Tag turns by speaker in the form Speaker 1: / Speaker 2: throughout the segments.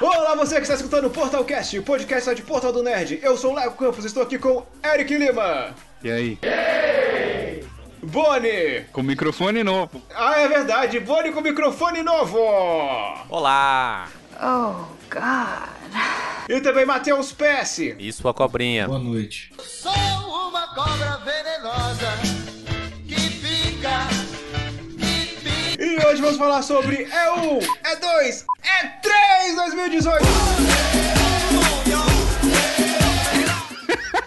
Speaker 1: Olá, você que está escutando o Portalcast, o podcast de Portal do Nerd. Eu sou o Lego Campos estou aqui com Eric Lima,
Speaker 2: E aí?
Speaker 1: Boni.
Speaker 2: Com microfone novo.
Speaker 1: Ah, é verdade, Boni com microfone novo.
Speaker 3: Olá!
Speaker 4: Oh, God.
Speaker 1: E também Matheus PS.
Speaker 3: Isso a cobrinha.
Speaker 5: Boa noite.
Speaker 6: Sou uma cobra venenosa que pica, que pica.
Speaker 1: E hoje vamos falar sobre é 1, é 2, é 3 2018.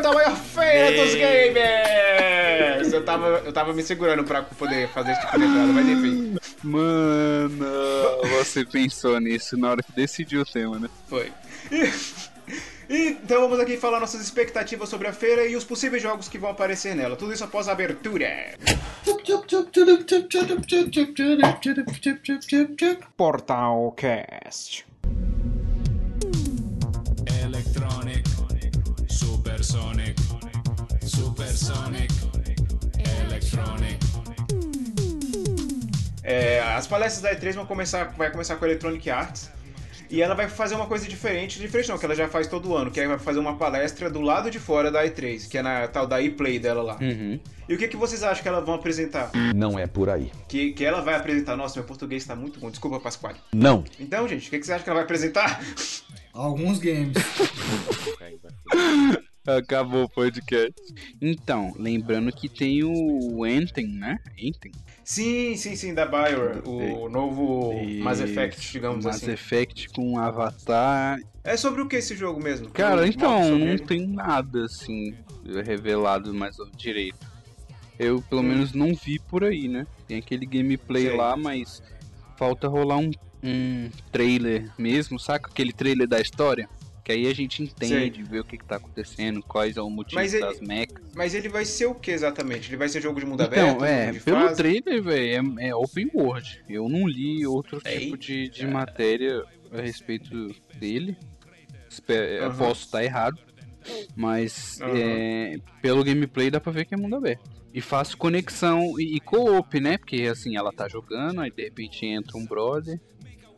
Speaker 1: Da maior feira dos gamers. Eu tava, eu tava me segurando pra poder fazer esse tipo de entrada, mas enfim,
Speaker 2: Mano, você pensou nisso na hora que decidiu o tema, né?
Speaker 1: foi. E- Então vamos aqui falar nossas expectativas sobre a feira e os possíveis jogos que vão aparecer nela. Tudo isso após a abertura. Portalcast.
Speaker 5: Electronic, supersonic, supersonic, electronic.
Speaker 1: É, as palestras da E3 vão começar, vai começar com a Electronic Arts. E ela vai fazer uma coisa diferente, diferente não, que ela já faz todo ano, que é vai fazer uma palestra do lado de fora da E3, que é na tal da E-Play dela lá.
Speaker 2: Uhum.
Speaker 1: E o que, que vocês acham que elas vão apresentar?
Speaker 7: Não é por aí.
Speaker 1: Que, que ela vai apresentar? Nossa, meu português tá muito bom, desculpa, Pasquale.
Speaker 7: Não.
Speaker 1: Então, gente, o que, que vocês acham que ela vai apresentar?
Speaker 5: Alguns games.
Speaker 2: Acabou o podcast. Então, lembrando que tem o Anthem, né? Anthem.
Speaker 1: Sim, sim, sim, da Bioware, o novo Mass Effect,
Speaker 2: Isso,
Speaker 1: digamos
Speaker 2: Mass
Speaker 1: assim.
Speaker 2: Effect com Avatar.
Speaker 1: É sobre o que esse jogo mesmo?
Speaker 2: Cara,
Speaker 1: Um modo
Speaker 2: então,
Speaker 1: sobre
Speaker 2: não
Speaker 1: ele?
Speaker 2: tem nada assim revelado mais ao direito. Eu, pelo menos, não vi por aí, né? Tem aquele
Speaker 1: Hum.
Speaker 2: gameplay
Speaker 1: Sei.
Speaker 2: lá, mas falta rolar um, um trailer mesmo, saca? Aquele trailer da história. Que aí a gente entende, vê o que, que tá acontecendo, quais é o motivo
Speaker 1: Mas ele-
Speaker 2: das mechas.
Speaker 1: Mas ele vai ser o que exatamente? Ele vai ser jogo de mundo aberto?
Speaker 2: Então,
Speaker 1: jogo
Speaker 2: é,
Speaker 1: de
Speaker 2: pelo
Speaker 1: fase?
Speaker 2: trailer, velho, é, é open world. Eu não li outro
Speaker 1: Eita.
Speaker 2: tipo de, de matéria a respeito dele. Espe- Eu
Speaker 1: Aham.
Speaker 2: posso estar errado. Mas
Speaker 1: Aham.
Speaker 2: é, pelo gameplay dá pra ver que é mundo aberto. E faço conexão e, e co-op, né? Porque assim, ela tá jogando, aí de repente entra um brother,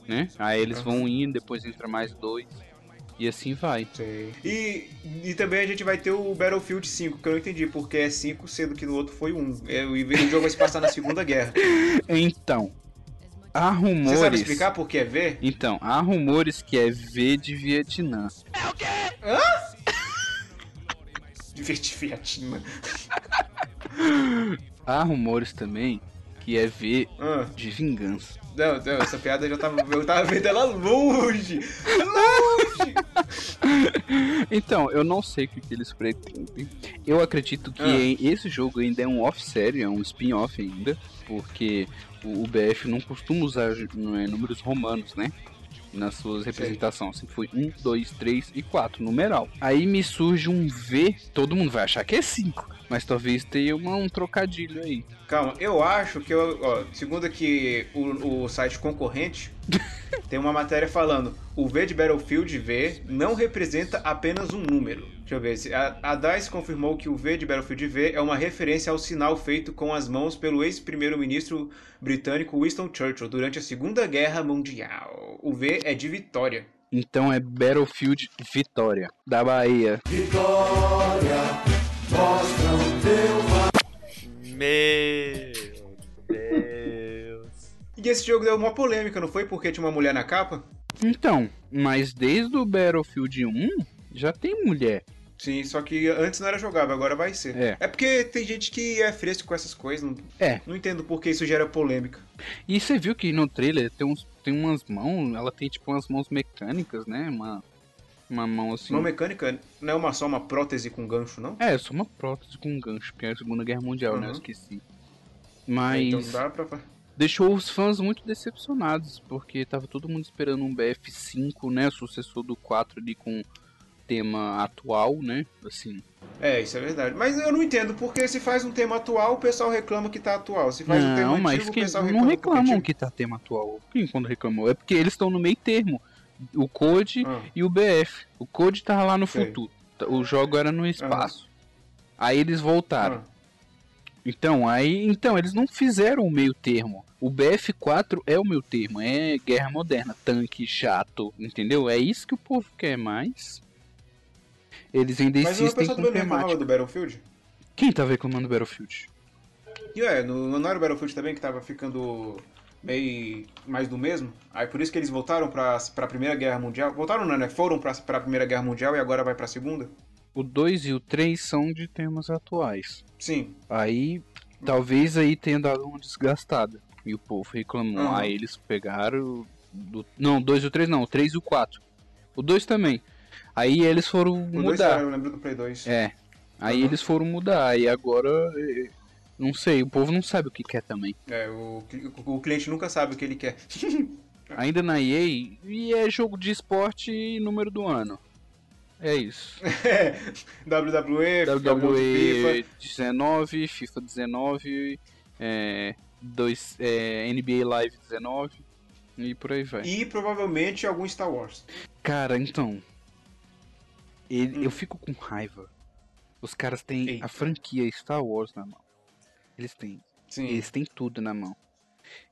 Speaker 2: né? Aí eles vão indo, depois entra mais dois. E assim vai.
Speaker 1: E, e também a gente vai ter o Battlefield 5, que eu não entendi porque é 5, sendo que no outro foi 1. É, o o jogo vai se passar na Segunda Guerra.
Speaker 2: Então, há rumores.
Speaker 1: Você sabe explicar por que é V?
Speaker 2: Então, há rumores que é V de Vietnã.
Speaker 1: Divertir Vietnã.
Speaker 2: Há rumores também que é V
Speaker 1: Ah,
Speaker 2: de vingança.
Speaker 1: não, não, essa piada eu já tava, eu tava vendo ela longe.
Speaker 2: Então, eu não sei o que, que eles pretendem. Eu acredito que
Speaker 1: Ah.
Speaker 2: em- esse jogo ainda é um off-série, é um spin-off ainda, porque o, o BF não costuma usar ju- não é, números romanos, né? Nas suas representações. Sempre foi 1, 2, 3 e 4, numeral. Aí me surge um V, todo mundo vai achar que é 5, mas talvez tenha uma- um trocadilho aí.
Speaker 1: Calma, eu acho que eu. Ó, segundo aqui o, o site concorrente, tem uma matéria falando: o V de Battlefield V não representa apenas um número. Deixa eu ver. se- A, a DICE confirmou que o V de Battlefield V é uma referência ao sinal feito com as mãos pelo ex-primeiro-ministro britânico Winston Churchill durante a Segunda Guerra Mundial. O V é de vitória.
Speaker 2: Então é Battlefield Vitória, da Bahia.
Speaker 3: Meu Deus.
Speaker 1: E esse jogo deu uma polêmica, não foi? Porque tinha uma mulher na capa?
Speaker 2: Então, mas desde o Battlefield 1 já tem mulher.
Speaker 1: Sim, só que antes não era jogável, agora vai ser.
Speaker 2: É.
Speaker 1: É porque tem gente que é fresco com essas coisas. Não,
Speaker 2: É.
Speaker 1: Não entendo por que isso gera polêmica.
Speaker 2: E você viu que no trailer tem, uns, tem umas mãos, ela tem tipo umas mãos mecânicas, né? Uma, uma mão assim.
Speaker 1: Mão mecânica não é uma só uma prótese com gancho, não?
Speaker 2: É, só uma prótese com um gancho, porque é a Segunda Guerra Mundial, né? Eu
Speaker 1: Uhum.
Speaker 2: esqueci.
Speaker 1: É,
Speaker 2: Mas
Speaker 1: Então dá pra. fa-
Speaker 2: deixou os fãs muito decepcionados, porque tava todo mundo esperando um BF5, né? Sucessor do 4 ali com tema atual, né? Assim.
Speaker 1: É, isso é verdade. Mas eu não entendo, porque se faz um tema atual, o pessoal reclama que tá atual. Se faz um tema
Speaker 2: não,
Speaker 1: antigo,
Speaker 2: mas
Speaker 1: o
Speaker 2: que eles
Speaker 1: pessoal
Speaker 2: não
Speaker 1: reclama. que é
Speaker 2: reclamam
Speaker 1: antigo.
Speaker 2: que tá tema atual. Quem quando reclamou? É porque eles estão no meio termo. O Code
Speaker 1: Ah,
Speaker 2: e o BF. O Code tava lá no
Speaker 1: Sei.
Speaker 2: futuro. O jogo era no espaço. Aí eles voltaram.
Speaker 1: ah.
Speaker 2: Então, aí, então, eles não fizeram o meio termo. O BF4 é o meio termo, é guerra moderna, tanque chato, entendeu? É isso que o povo quer mais. Eles ainda
Speaker 1: Mas o
Speaker 2: insistem
Speaker 1: pessoal
Speaker 2: com
Speaker 1: também não reclamava
Speaker 2: temática.
Speaker 1: do é Battlefield?
Speaker 2: Quem tava reclamando do Battlefield?
Speaker 1: E é, no, não era o Battlefield também que tava ficando meio mais do mesmo? Aí por isso que eles voltaram pra, pra Primeira Guerra Mundial. Voltaram não, né? Foram pra, pra Primeira Guerra Mundial e agora vai pra Segunda?
Speaker 2: O 2 e o 3 são de temas atuais.
Speaker 1: Sim.
Speaker 2: Aí, talvez aí tenha dado uma desgastada. E o povo reclamou.
Speaker 1: Aham.
Speaker 2: Aí eles pegaram. Do... Não, 2 e o 3 não, o 3 e o 4. O 2 também. Aí eles foram
Speaker 1: O dois
Speaker 2: mudar.
Speaker 1: era, eu lembro do Play 2.
Speaker 2: É. Aí
Speaker 1: Aham.
Speaker 2: eles foram mudar. E agora. eh, Não sei, o povo não sabe o que quer também.
Speaker 1: É, o, cli- o cliente nunca sabe o que ele quer. É.
Speaker 2: Ainda na EA, e é jogo de esporte número do ano. É isso.
Speaker 1: WWE,
Speaker 2: WWE 19, FIFA 19, é, dois, é, NBA Live 19 e por aí vai.
Speaker 1: e provavelmente algum Star Wars.
Speaker 2: Cara, então. ele-
Speaker 1: Hum.
Speaker 2: Eu fico com raiva. Os caras têm
Speaker 1: Eita.
Speaker 2: a franquia Star Wars na mão. Eles têm
Speaker 1: Sim.
Speaker 2: Eles têm tudo na mão.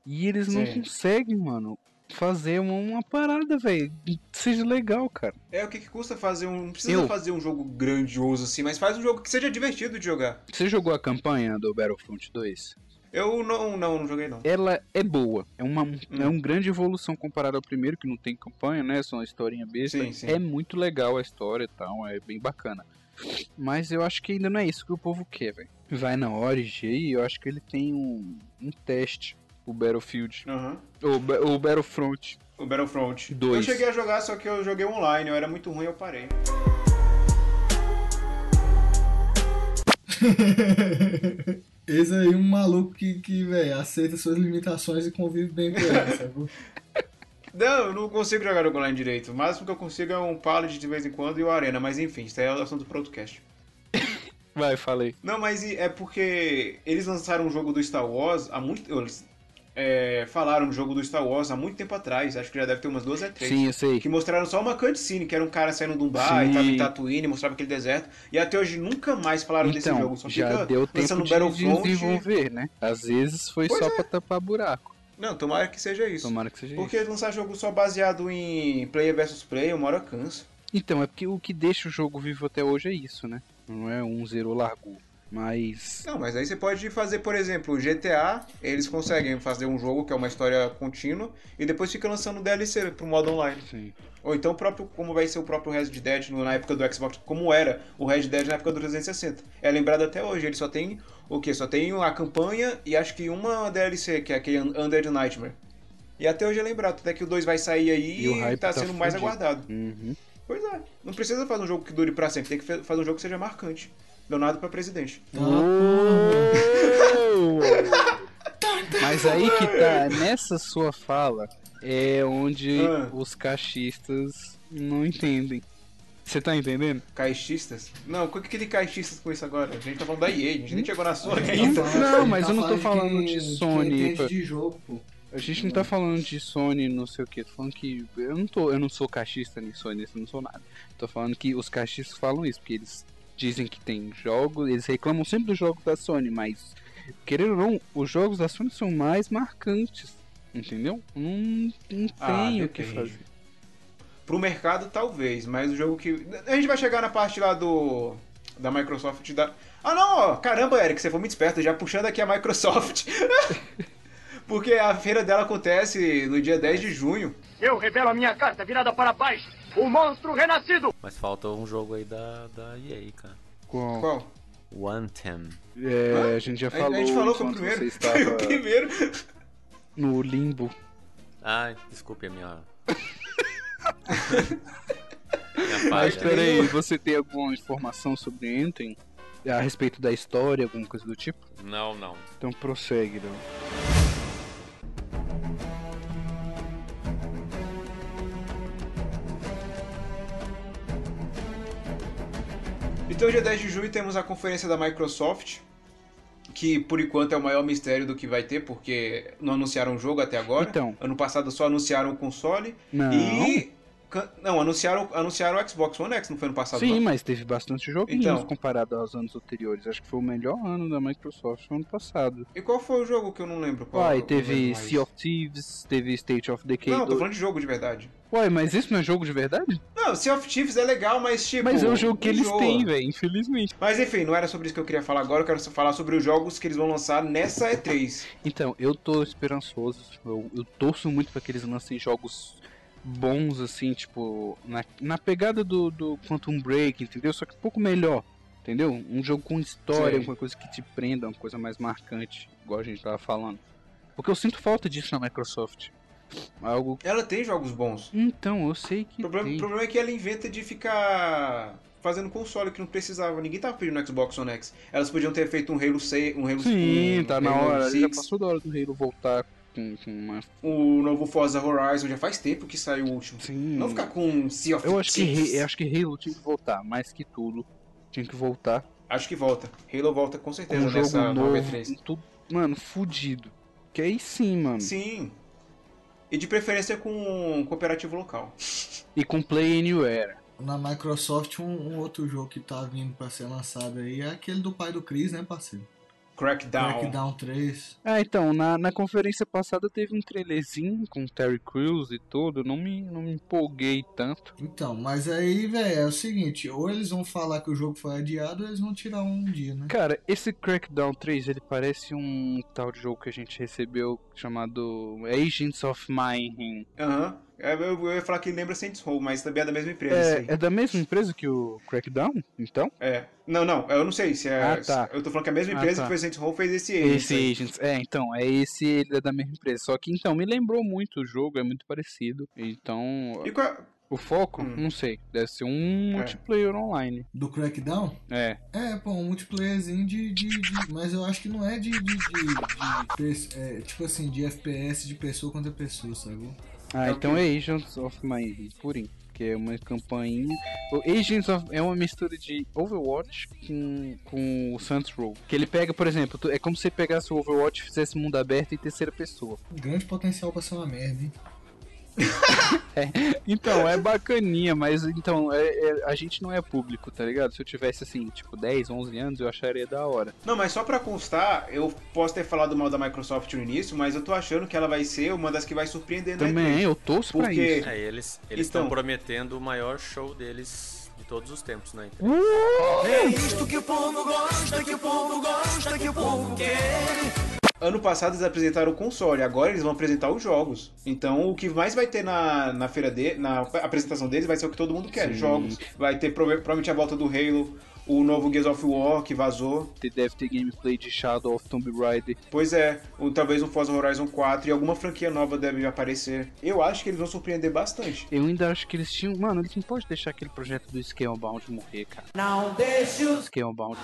Speaker 2: E eles não
Speaker 1: Sim.
Speaker 2: conseguem, mano, fazer uma, uma parada, velho. que Seja legal, cara.
Speaker 1: É o que, que custa fazer um. Não precisa
Speaker 2: Eu-
Speaker 1: fazer um jogo grandioso assim, mas faz um jogo que seja divertido de jogar.
Speaker 2: Você jogou a campanha do Battlefront 2?
Speaker 1: Eu não, não, não joguei não.
Speaker 2: Ela é boa. É uma, é uma grande evolução comparada ao primeiro, que não tem campanha, né? Só uma historinha besta.
Speaker 1: Sim, sim.
Speaker 2: É muito legal a história e tal, é bem bacana. Mas eu acho que ainda não é isso que o povo quer, velho. Vai na Origin e eu acho que ele tem um, um teste. O Battlefield.
Speaker 1: Aham.
Speaker 2: Ou o Ba- o Battlefront.
Speaker 1: O Battlefront.
Speaker 2: Dois.
Speaker 1: Eu cheguei a jogar, só que eu joguei online, eu era muito ruim, eu parei.
Speaker 5: Esse aí é um maluco que, que velho, aceita suas limitações e convive bem com ele, sabe?
Speaker 1: Não, eu não consigo jogar jogo online direito. O máximo que eu consigo é um Pallet de vez em quando e o Arena, mas enfim, isso aí é o assunto pro outro cast.
Speaker 2: Vai, falei.
Speaker 1: Não, mas e- é porque eles lançaram um jogo do Star Wars há muito. Eles é, falaram do jogo do Star Wars há muito tempo atrás, acho que já deve ter umas duas a três.
Speaker 2: Sim, eu sei.
Speaker 1: Que mostraram só uma cutscene, que era um cara saindo de um bar e
Speaker 2: Sim.
Speaker 1: tava em Tatooine, mostrava aquele deserto. E até hoje nunca mais falaram desse
Speaker 2: Então,
Speaker 1: jogo. Só
Speaker 2: já
Speaker 1: fica
Speaker 2: deu
Speaker 1: lançando
Speaker 2: tempo de
Speaker 1: Battlefront.
Speaker 2: desenvolver, né? Às vezes foi
Speaker 1: Pois
Speaker 2: só pra tapar buraco.
Speaker 1: Não, tomara que seja isso.
Speaker 2: Tomara que seja isso.
Speaker 1: Porque lançar jogo só baseado em player versus player, uma hora cansa.
Speaker 2: Então, é porque o que deixa o jogo vivo até hoje é isso, né? Não é um zero largou. Mas.
Speaker 1: Não, mas aí você pode fazer, por exemplo, GTA, eles conseguem fazer um jogo que é uma história contínua, e depois fica lançando DLC pro modo online.
Speaker 2: Sim.
Speaker 1: Ou então, o próprio, como vai ser o próprio Red Dead no- na época do Xbox, como era o Red Dead na época do 360. É lembrado até hoje, ele só tem o quê? Só tem a campanha e acho que uma DLC, que é aquele Un- Undead Nightmare. E até hoje é lembrado, até que o 2 vai sair aí
Speaker 2: E o
Speaker 1: e
Speaker 2: hype
Speaker 1: tá
Speaker 2: tá
Speaker 1: sendo mais
Speaker 2: fudido.
Speaker 1: aguardado.
Speaker 2: Uhum.
Speaker 1: Pois é, não precisa fazer um jogo que dure pra sempre, tem que fe- fazer um jogo que seja marcante. Leonardo pra presidente.
Speaker 2: Mas aí que tá, nessa sua fala é onde
Speaker 1: Ah.
Speaker 2: os cachistas não entendem. Você tá entendendo?
Speaker 1: Caixistas? Não, o que que ele caixistas com isso agora? A gente tá falando da EA, a gente nem chegou na Sony ainda.
Speaker 5: Então,
Speaker 2: É Não,
Speaker 5: ele
Speaker 2: mas eu não tô falando
Speaker 5: quem-
Speaker 2: de
Speaker 5: quem
Speaker 2: Sony,
Speaker 5: entende
Speaker 2: pô.
Speaker 5: é de jogo, pô.
Speaker 2: A gente não tá falando de Sony, não sei o que, tô falando que. Eu não, tô, eu não sou caixista nem Sony, eu não sou nada. Tô falando que os caixistas falam isso, porque eles dizem que tem jogos, eles reclamam sempre dos jogos da Sony, mas querendo ou não, os jogos da Sony são mais marcantes, entendeu? Não, não
Speaker 1: Ah,
Speaker 2: tem o que
Speaker 1: depende.
Speaker 2: fazer.
Speaker 1: Pro mercado, talvez, mas o jogo que. A gente vai chegar na parte lá do. Da Microsoft da. Ah não! ó, Caramba, Eric, você foi muito esperto, já puxando aqui a Microsoft. Porque a feira dela acontece no dia 10 de junho.
Speaker 7: Eu revelo a minha carta virada para baixo. O monstro renascido.
Speaker 3: Mas falta um jogo aí da, da EA, cara.
Speaker 2: Qual?
Speaker 1: Qual?
Speaker 3: One Ten.
Speaker 2: É, a gente já
Speaker 1: A-
Speaker 2: falou.
Speaker 1: a gente falou que foi o
Speaker 2: enquanto
Speaker 1: primeiro.
Speaker 2: Você
Speaker 1: Foi o
Speaker 2: estava
Speaker 1: primeiro.
Speaker 2: no limbo.
Speaker 3: Ai, desculpe a minha. minha
Speaker 2: Mas
Speaker 3: falha.
Speaker 2: peraí, você tem alguma informação sobre Anthem? A respeito da história, alguma coisa do tipo?
Speaker 3: Não, não.
Speaker 2: Então prossegue, Léo.
Speaker 1: Então, dia 10 de junho, temos a conferência da Microsoft. Que por enquanto é o maior mistério do que vai ter, porque não anunciaram o jogo até agora.
Speaker 2: Então.
Speaker 1: Ano passado só anunciaram o console.
Speaker 2: Não.
Speaker 1: E can- Não, anunciaram, anunciaram o Xbox One X, não foi ano passado?
Speaker 2: Sim,
Speaker 1: não?
Speaker 2: mas teve bastante joguinhos
Speaker 1: Tá Então.
Speaker 2: comparado aos anos anteriores. Acho que foi o melhor ano da Microsoft no ano passado.
Speaker 1: E qual foi o jogo que eu não lembro? Qual, é
Speaker 2: Uai,
Speaker 1: eu não lembro
Speaker 2: teve
Speaker 1: mais.
Speaker 2: Sea of Thieves, teve State of Decay.
Speaker 1: Não, tô
Speaker 2: do-
Speaker 1: falando de jogo de verdade.
Speaker 2: Uai, mas isso não é jogo de verdade?
Speaker 1: Não, Sea of Thieves é legal, mas tipo.
Speaker 2: mas é o jogo que eles
Speaker 1: enjoa.
Speaker 2: têm, velho, infelizmente.
Speaker 1: Mas enfim, não era sobre isso que eu queria falar agora, eu quero só falar sobre os jogos que eles vão lançar nessa E3.
Speaker 2: Então, eu tô esperançoso. Eu, eu torço muito pra que eles lancem jogos bons, assim, tipo, na, na pegada do, do Quantum Break, entendeu? Só que um pouco melhor, entendeu? Um jogo com história,
Speaker 1: Sei.
Speaker 2: uma coisa que te prenda, uma coisa mais marcante, igual a gente tava falando. Porque eu sinto falta disso na Microsoft. Algo.
Speaker 1: Ela tem jogos bons.
Speaker 2: Então, eu sei que.
Speaker 1: O problema,
Speaker 2: tem.
Speaker 1: o problema é que ela inventa de ficar fazendo console que não precisava. Ninguém tava pedindo Xbox One X. Elas podiam ter feito um Halo 6, um Halo
Speaker 2: Sim,
Speaker 1: um
Speaker 2: tá na
Speaker 1: Halo
Speaker 2: hora. Já
Speaker 1: 6,
Speaker 2: passou da hora do Halo voltar com, com uma.
Speaker 1: o novo Forza Horizon, já faz tempo que saiu o último.
Speaker 2: Sim.
Speaker 1: Não ficar com Sea of
Speaker 2: Eu acho que,
Speaker 1: Thieves.
Speaker 2: Re- eu acho que Halo tinha que voltar, mais que tudo. Tinha que voltar
Speaker 1: Acho que volta. Halo volta com
Speaker 2: com
Speaker 1: certeza
Speaker 2: um jogo
Speaker 1: nessa nova
Speaker 2: novo.
Speaker 1: E3.
Speaker 2: com tudo, mano, fudido. Que aí sim, mano.
Speaker 1: Sim. E de preferência com um cooperativo local.
Speaker 2: E com Play Anywhere.
Speaker 5: Na Microsoft, um, um outro jogo que tá vindo pra ser lançado aí é aquele do pai do Chris, né, parceiro?
Speaker 1: Crackdown.
Speaker 5: Crackdown 3.
Speaker 2: Ah, então, na, na conferência passada teve um trailerzinho com Terry Crews e tudo. Não me, não me empolguei tanto.
Speaker 5: Então, mas aí, velho, é o seguinte, ou eles vão falar que o jogo foi adiado, ou eles vão tirar um dia, né?
Speaker 2: Cara, esse Crackdown 3, ele parece um tal de jogo que a gente recebeu chamado Agents of Mine.
Speaker 1: Aham. É, Eu, eu ia falar que lembra Saints Row, mas também é da mesma empresa. isso aí.
Speaker 2: É, é da mesma empresa que o Crackdown, então?
Speaker 1: É. Não, não, eu não sei se é.
Speaker 2: Ah, tá.
Speaker 1: Eu tô falando que a mesma
Speaker 2: Ah,
Speaker 1: empresa
Speaker 2: tá.
Speaker 1: que fez Saints Row fez esse Agents
Speaker 2: Esse
Speaker 1: aí.
Speaker 2: Agents, é, então, é esse ele é da mesma empresa. Só que então, me lembrou muito o jogo, é muito parecido. Então,
Speaker 1: E qual...
Speaker 2: o foco,
Speaker 1: Hum.
Speaker 2: não sei, deve ser um
Speaker 1: É.
Speaker 2: multiplayer online.
Speaker 5: Do Crackdown?
Speaker 2: É.
Speaker 5: É, pô, um multiplayerzinho de, de, de- Mas eu acho que não é de. de, de, de pers- é, tipo assim, de FPS de pessoa contra pessoa, sabe?
Speaker 2: Ah,
Speaker 1: É o
Speaker 2: então é Agents of My Purim, que é uma campainha. O Agents of é uma mistura de Overwatch com, com o Saints Row. Que ele pega, por exemplo, tu- é como se você pegasse o Overwatch e fizesse mundo aberto em terceira pessoa.
Speaker 5: Grande potencial pra ser uma merda, hein?
Speaker 2: Então, é bacaninha, mas então, é- é- a gente não é público, tá ligado? Se eu tivesse, assim, tipo, 10, 11 anos, eu acharia da hora.
Speaker 1: Não, mas só pra constar, eu posso ter falado mal da Microsoft no início, mas eu tô achando que ela vai ser uma das que vai surpreender né? na E3.
Speaker 2: Também, eu torço pra
Speaker 1: Porque-
Speaker 2: isso.
Speaker 3: É, eles eles estão
Speaker 1: Então.
Speaker 3: prometendo o maior show deles de todos os tempos, né?
Speaker 1: Ano passado eles apresentaram o console, agora eles vão apresentar os jogos. Então o que mais vai ter na, na feira de, na apresentação deles vai ser o que todo mundo quer,
Speaker 2: Sim.
Speaker 1: jogos. Vai ter prove- provavelmente a volta do Halo, o novo Gears of War que vazou.
Speaker 2: Te- Deve ter gameplay de Shadow of Tomb Raider.
Speaker 1: Pois é, ou talvez um Forza Horizon 4 e alguma franquia nova deve aparecer. Eu acho que eles vão surpreender bastante.
Speaker 2: Eu ainda acho que eles tinham. Mano, eles não podem deixar aquele projeto do Scalebound morrer, cara. Não deixe o Scalebound.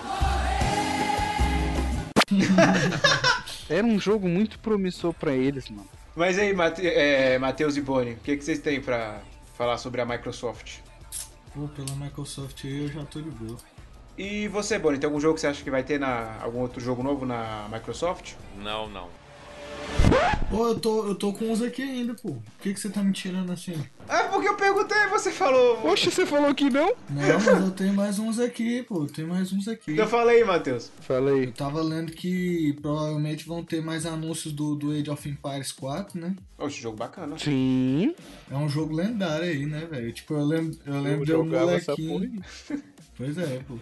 Speaker 2: Era um jogo muito promissor pra eles, mano.
Speaker 1: Mas aí, Mate, é, Matheus e Boni, o que, que vocês têm pra falar sobre a Microsoft?
Speaker 5: Pô, pela Microsoft aí eu já tô de boa.
Speaker 1: E você, Boni, tem algum jogo que você acha que vai ter na algum outro jogo novo na Microsoft?
Speaker 3: Não, não.
Speaker 5: Pô, eu tô, eu tô com uns aqui ainda, pô. Por que, que você tá me tirando assim?
Speaker 1: Ah, porque eu perguntei, você falou.
Speaker 2: Poxa, você falou que não?
Speaker 5: Não, mas eu tenho mais uns aqui, pô. Eu tenho mais uns aqui.
Speaker 1: Eu falei, Matheus.
Speaker 2: Falei.
Speaker 5: Eu tava lendo que provavelmente vão ter mais anúncios do, do Age of Empires 4, né?
Speaker 1: Oxe, jogo bacana.
Speaker 2: Sim.
Speaker 5: É um jogo lendário aí, né, velho? Tipo, eu lembro, eu lembro
Speaker 2: Eu
Speaker 5: de um
Speaker 2: jogava essa porra
Speaker 5: molequinho.
Speaker 2: aí.
Speaker 5: Pois é, pô.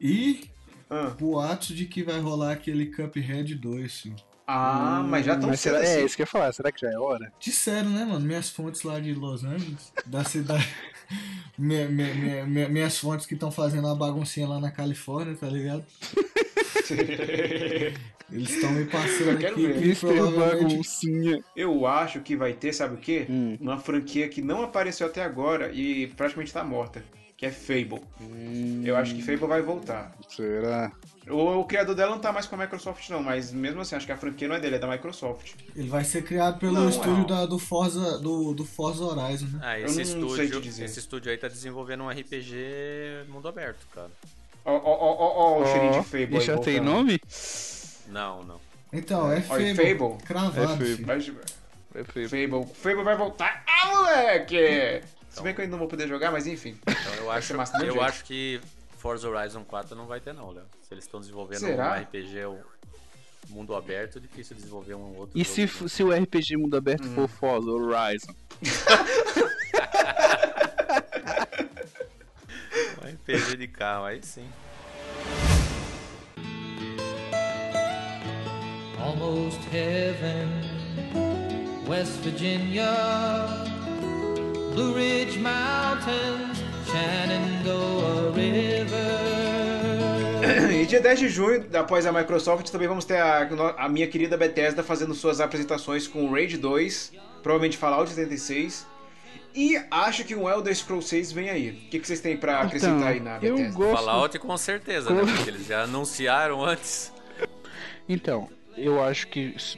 Speaker 5: E
Speaker 1: Ah,
Speaker 5: boatos de que vai rolar aquele Cuphead 2, sim.
Speaker 1: Ah, mas já tão
Speaker 2: Mas
Speaker 1: cedo
Speaker 2: será... É,
Speaker 1: assim.
Speaker 2: isso que eu ia falar. Será que já é hora?
Speaker 5: Disseram, né, mano? Minhas fontes lá de Los Angeles, da cidade. Minha- minha- minha- minha- minhas fontes que estão fazendo uma baguncinha lá na Califórnia, tá ligado? Eles estão me passando
Speaker 1: quero
Speaker 5: aqui
Speaker 1: ver.
Speaker 5: que
Speaker 2: Mister
Speaker 5: provavelmente
Speaker 2: Baguncinha.
Speaker 1: Eu acho que vai ter, sabe o quê?
Speaker 2: Hum.
Speaker 1: Uma franquia que não apareceu até agora e praticamente tá morta. Que é Fable.
Speaker 2: Hum.
Speaker 1: Eu acho que Fable vai voltar.
Speaker 2: Será?
Speaker 1: O, o criador dela não tá mais com a Microsoft, não, mas mesmo assim, acho que a franquia não é dele, é da Microsoft.
Speaker 5: ele vai ser criado pelo
Speaker 1: Não,
Speaker 5: estúdio
Speaker 1: não.
Speaker 5: da- do, Forza, do, do Forza Horizon, né?
Speaker 3: Ah,
Speaker 1: Eu
Speaker 3: esse
Speaker 1: não sei te
Speaker 3: estúdio,
Speaker 1: dizer.
Speaker 3: esse estúdio aí tá desenvolvendo um RPG mundo aberto, cara.
Speaker 1: Ó, ó, ó, ó, ó, o cheirinho de
Speaker 2: Ó,
Speaker 1: Fable.
Speaker 2: E
Speaker 1: aí
Speaker 2: já tem
Speaker 1: voltando.
Speaker 2: nome?
Speaker 3: Não, não.
Speaker 5: Então, é
Speaker 1: Ó, e
Speaker 5: Fable.
Speaker 1: Fable?
Speaker 5: Cravado,
Speaker 2: É Fable.
Speaker 5: filho.
Speaker 1: Mas-
Speaker 2: É Fable.
Speaker 1: Fable. Fable vai voltar. Ah, moleque! Se bem que eu ainda não vou poder jogar, mas enfim.
Speaker 3: Então eu
Speaker 1: Vai
Speaker 3: acho,
Speaker 1: ser massa de um
Speaker 3: eu
Speaker 1: jeito.
Speaker 3: acho que Forza Horizon 4 não vai ter não, Léo. Se eles estão desenvolvendo
Speaker 1: Será?
Speaker 3: um RPG um mundo aberto, é difícil desenvolver um outro
Speaker 2: E
Speaker 3: jogo
Speaker 2: se,
Speaker 3: junto.
Speaker 2: f- se o RPG mundo aberto
Speaker 1: Hum.
Speaker 2: for Forza Horizon?
Speaker 3: Um RPG de carro, aí sim.
Speaker 8: almost heaven. West Virginia, Blue Ridge Mountains, Shenandoah River.
Speaker 2: Então.
Speaker 1: E dia 10 de junho, após a Microsoft, também vamos ter a, a minha querida Bethesda fazendo suas apresentações com Raid 2, provavelmente Fallout 76. E acho que um Elder Scrolls 6 vem aí. O que, que vocês têm pra acrescentar aí na
Speaker 2: Então, eu
Speaker 1: Bethesda?
Speaker 2: gosto.
Speaker 3: Fallout com certeza, né? Porque eles já anunciaram antes.
Speaker 2: Então, eu acho que s-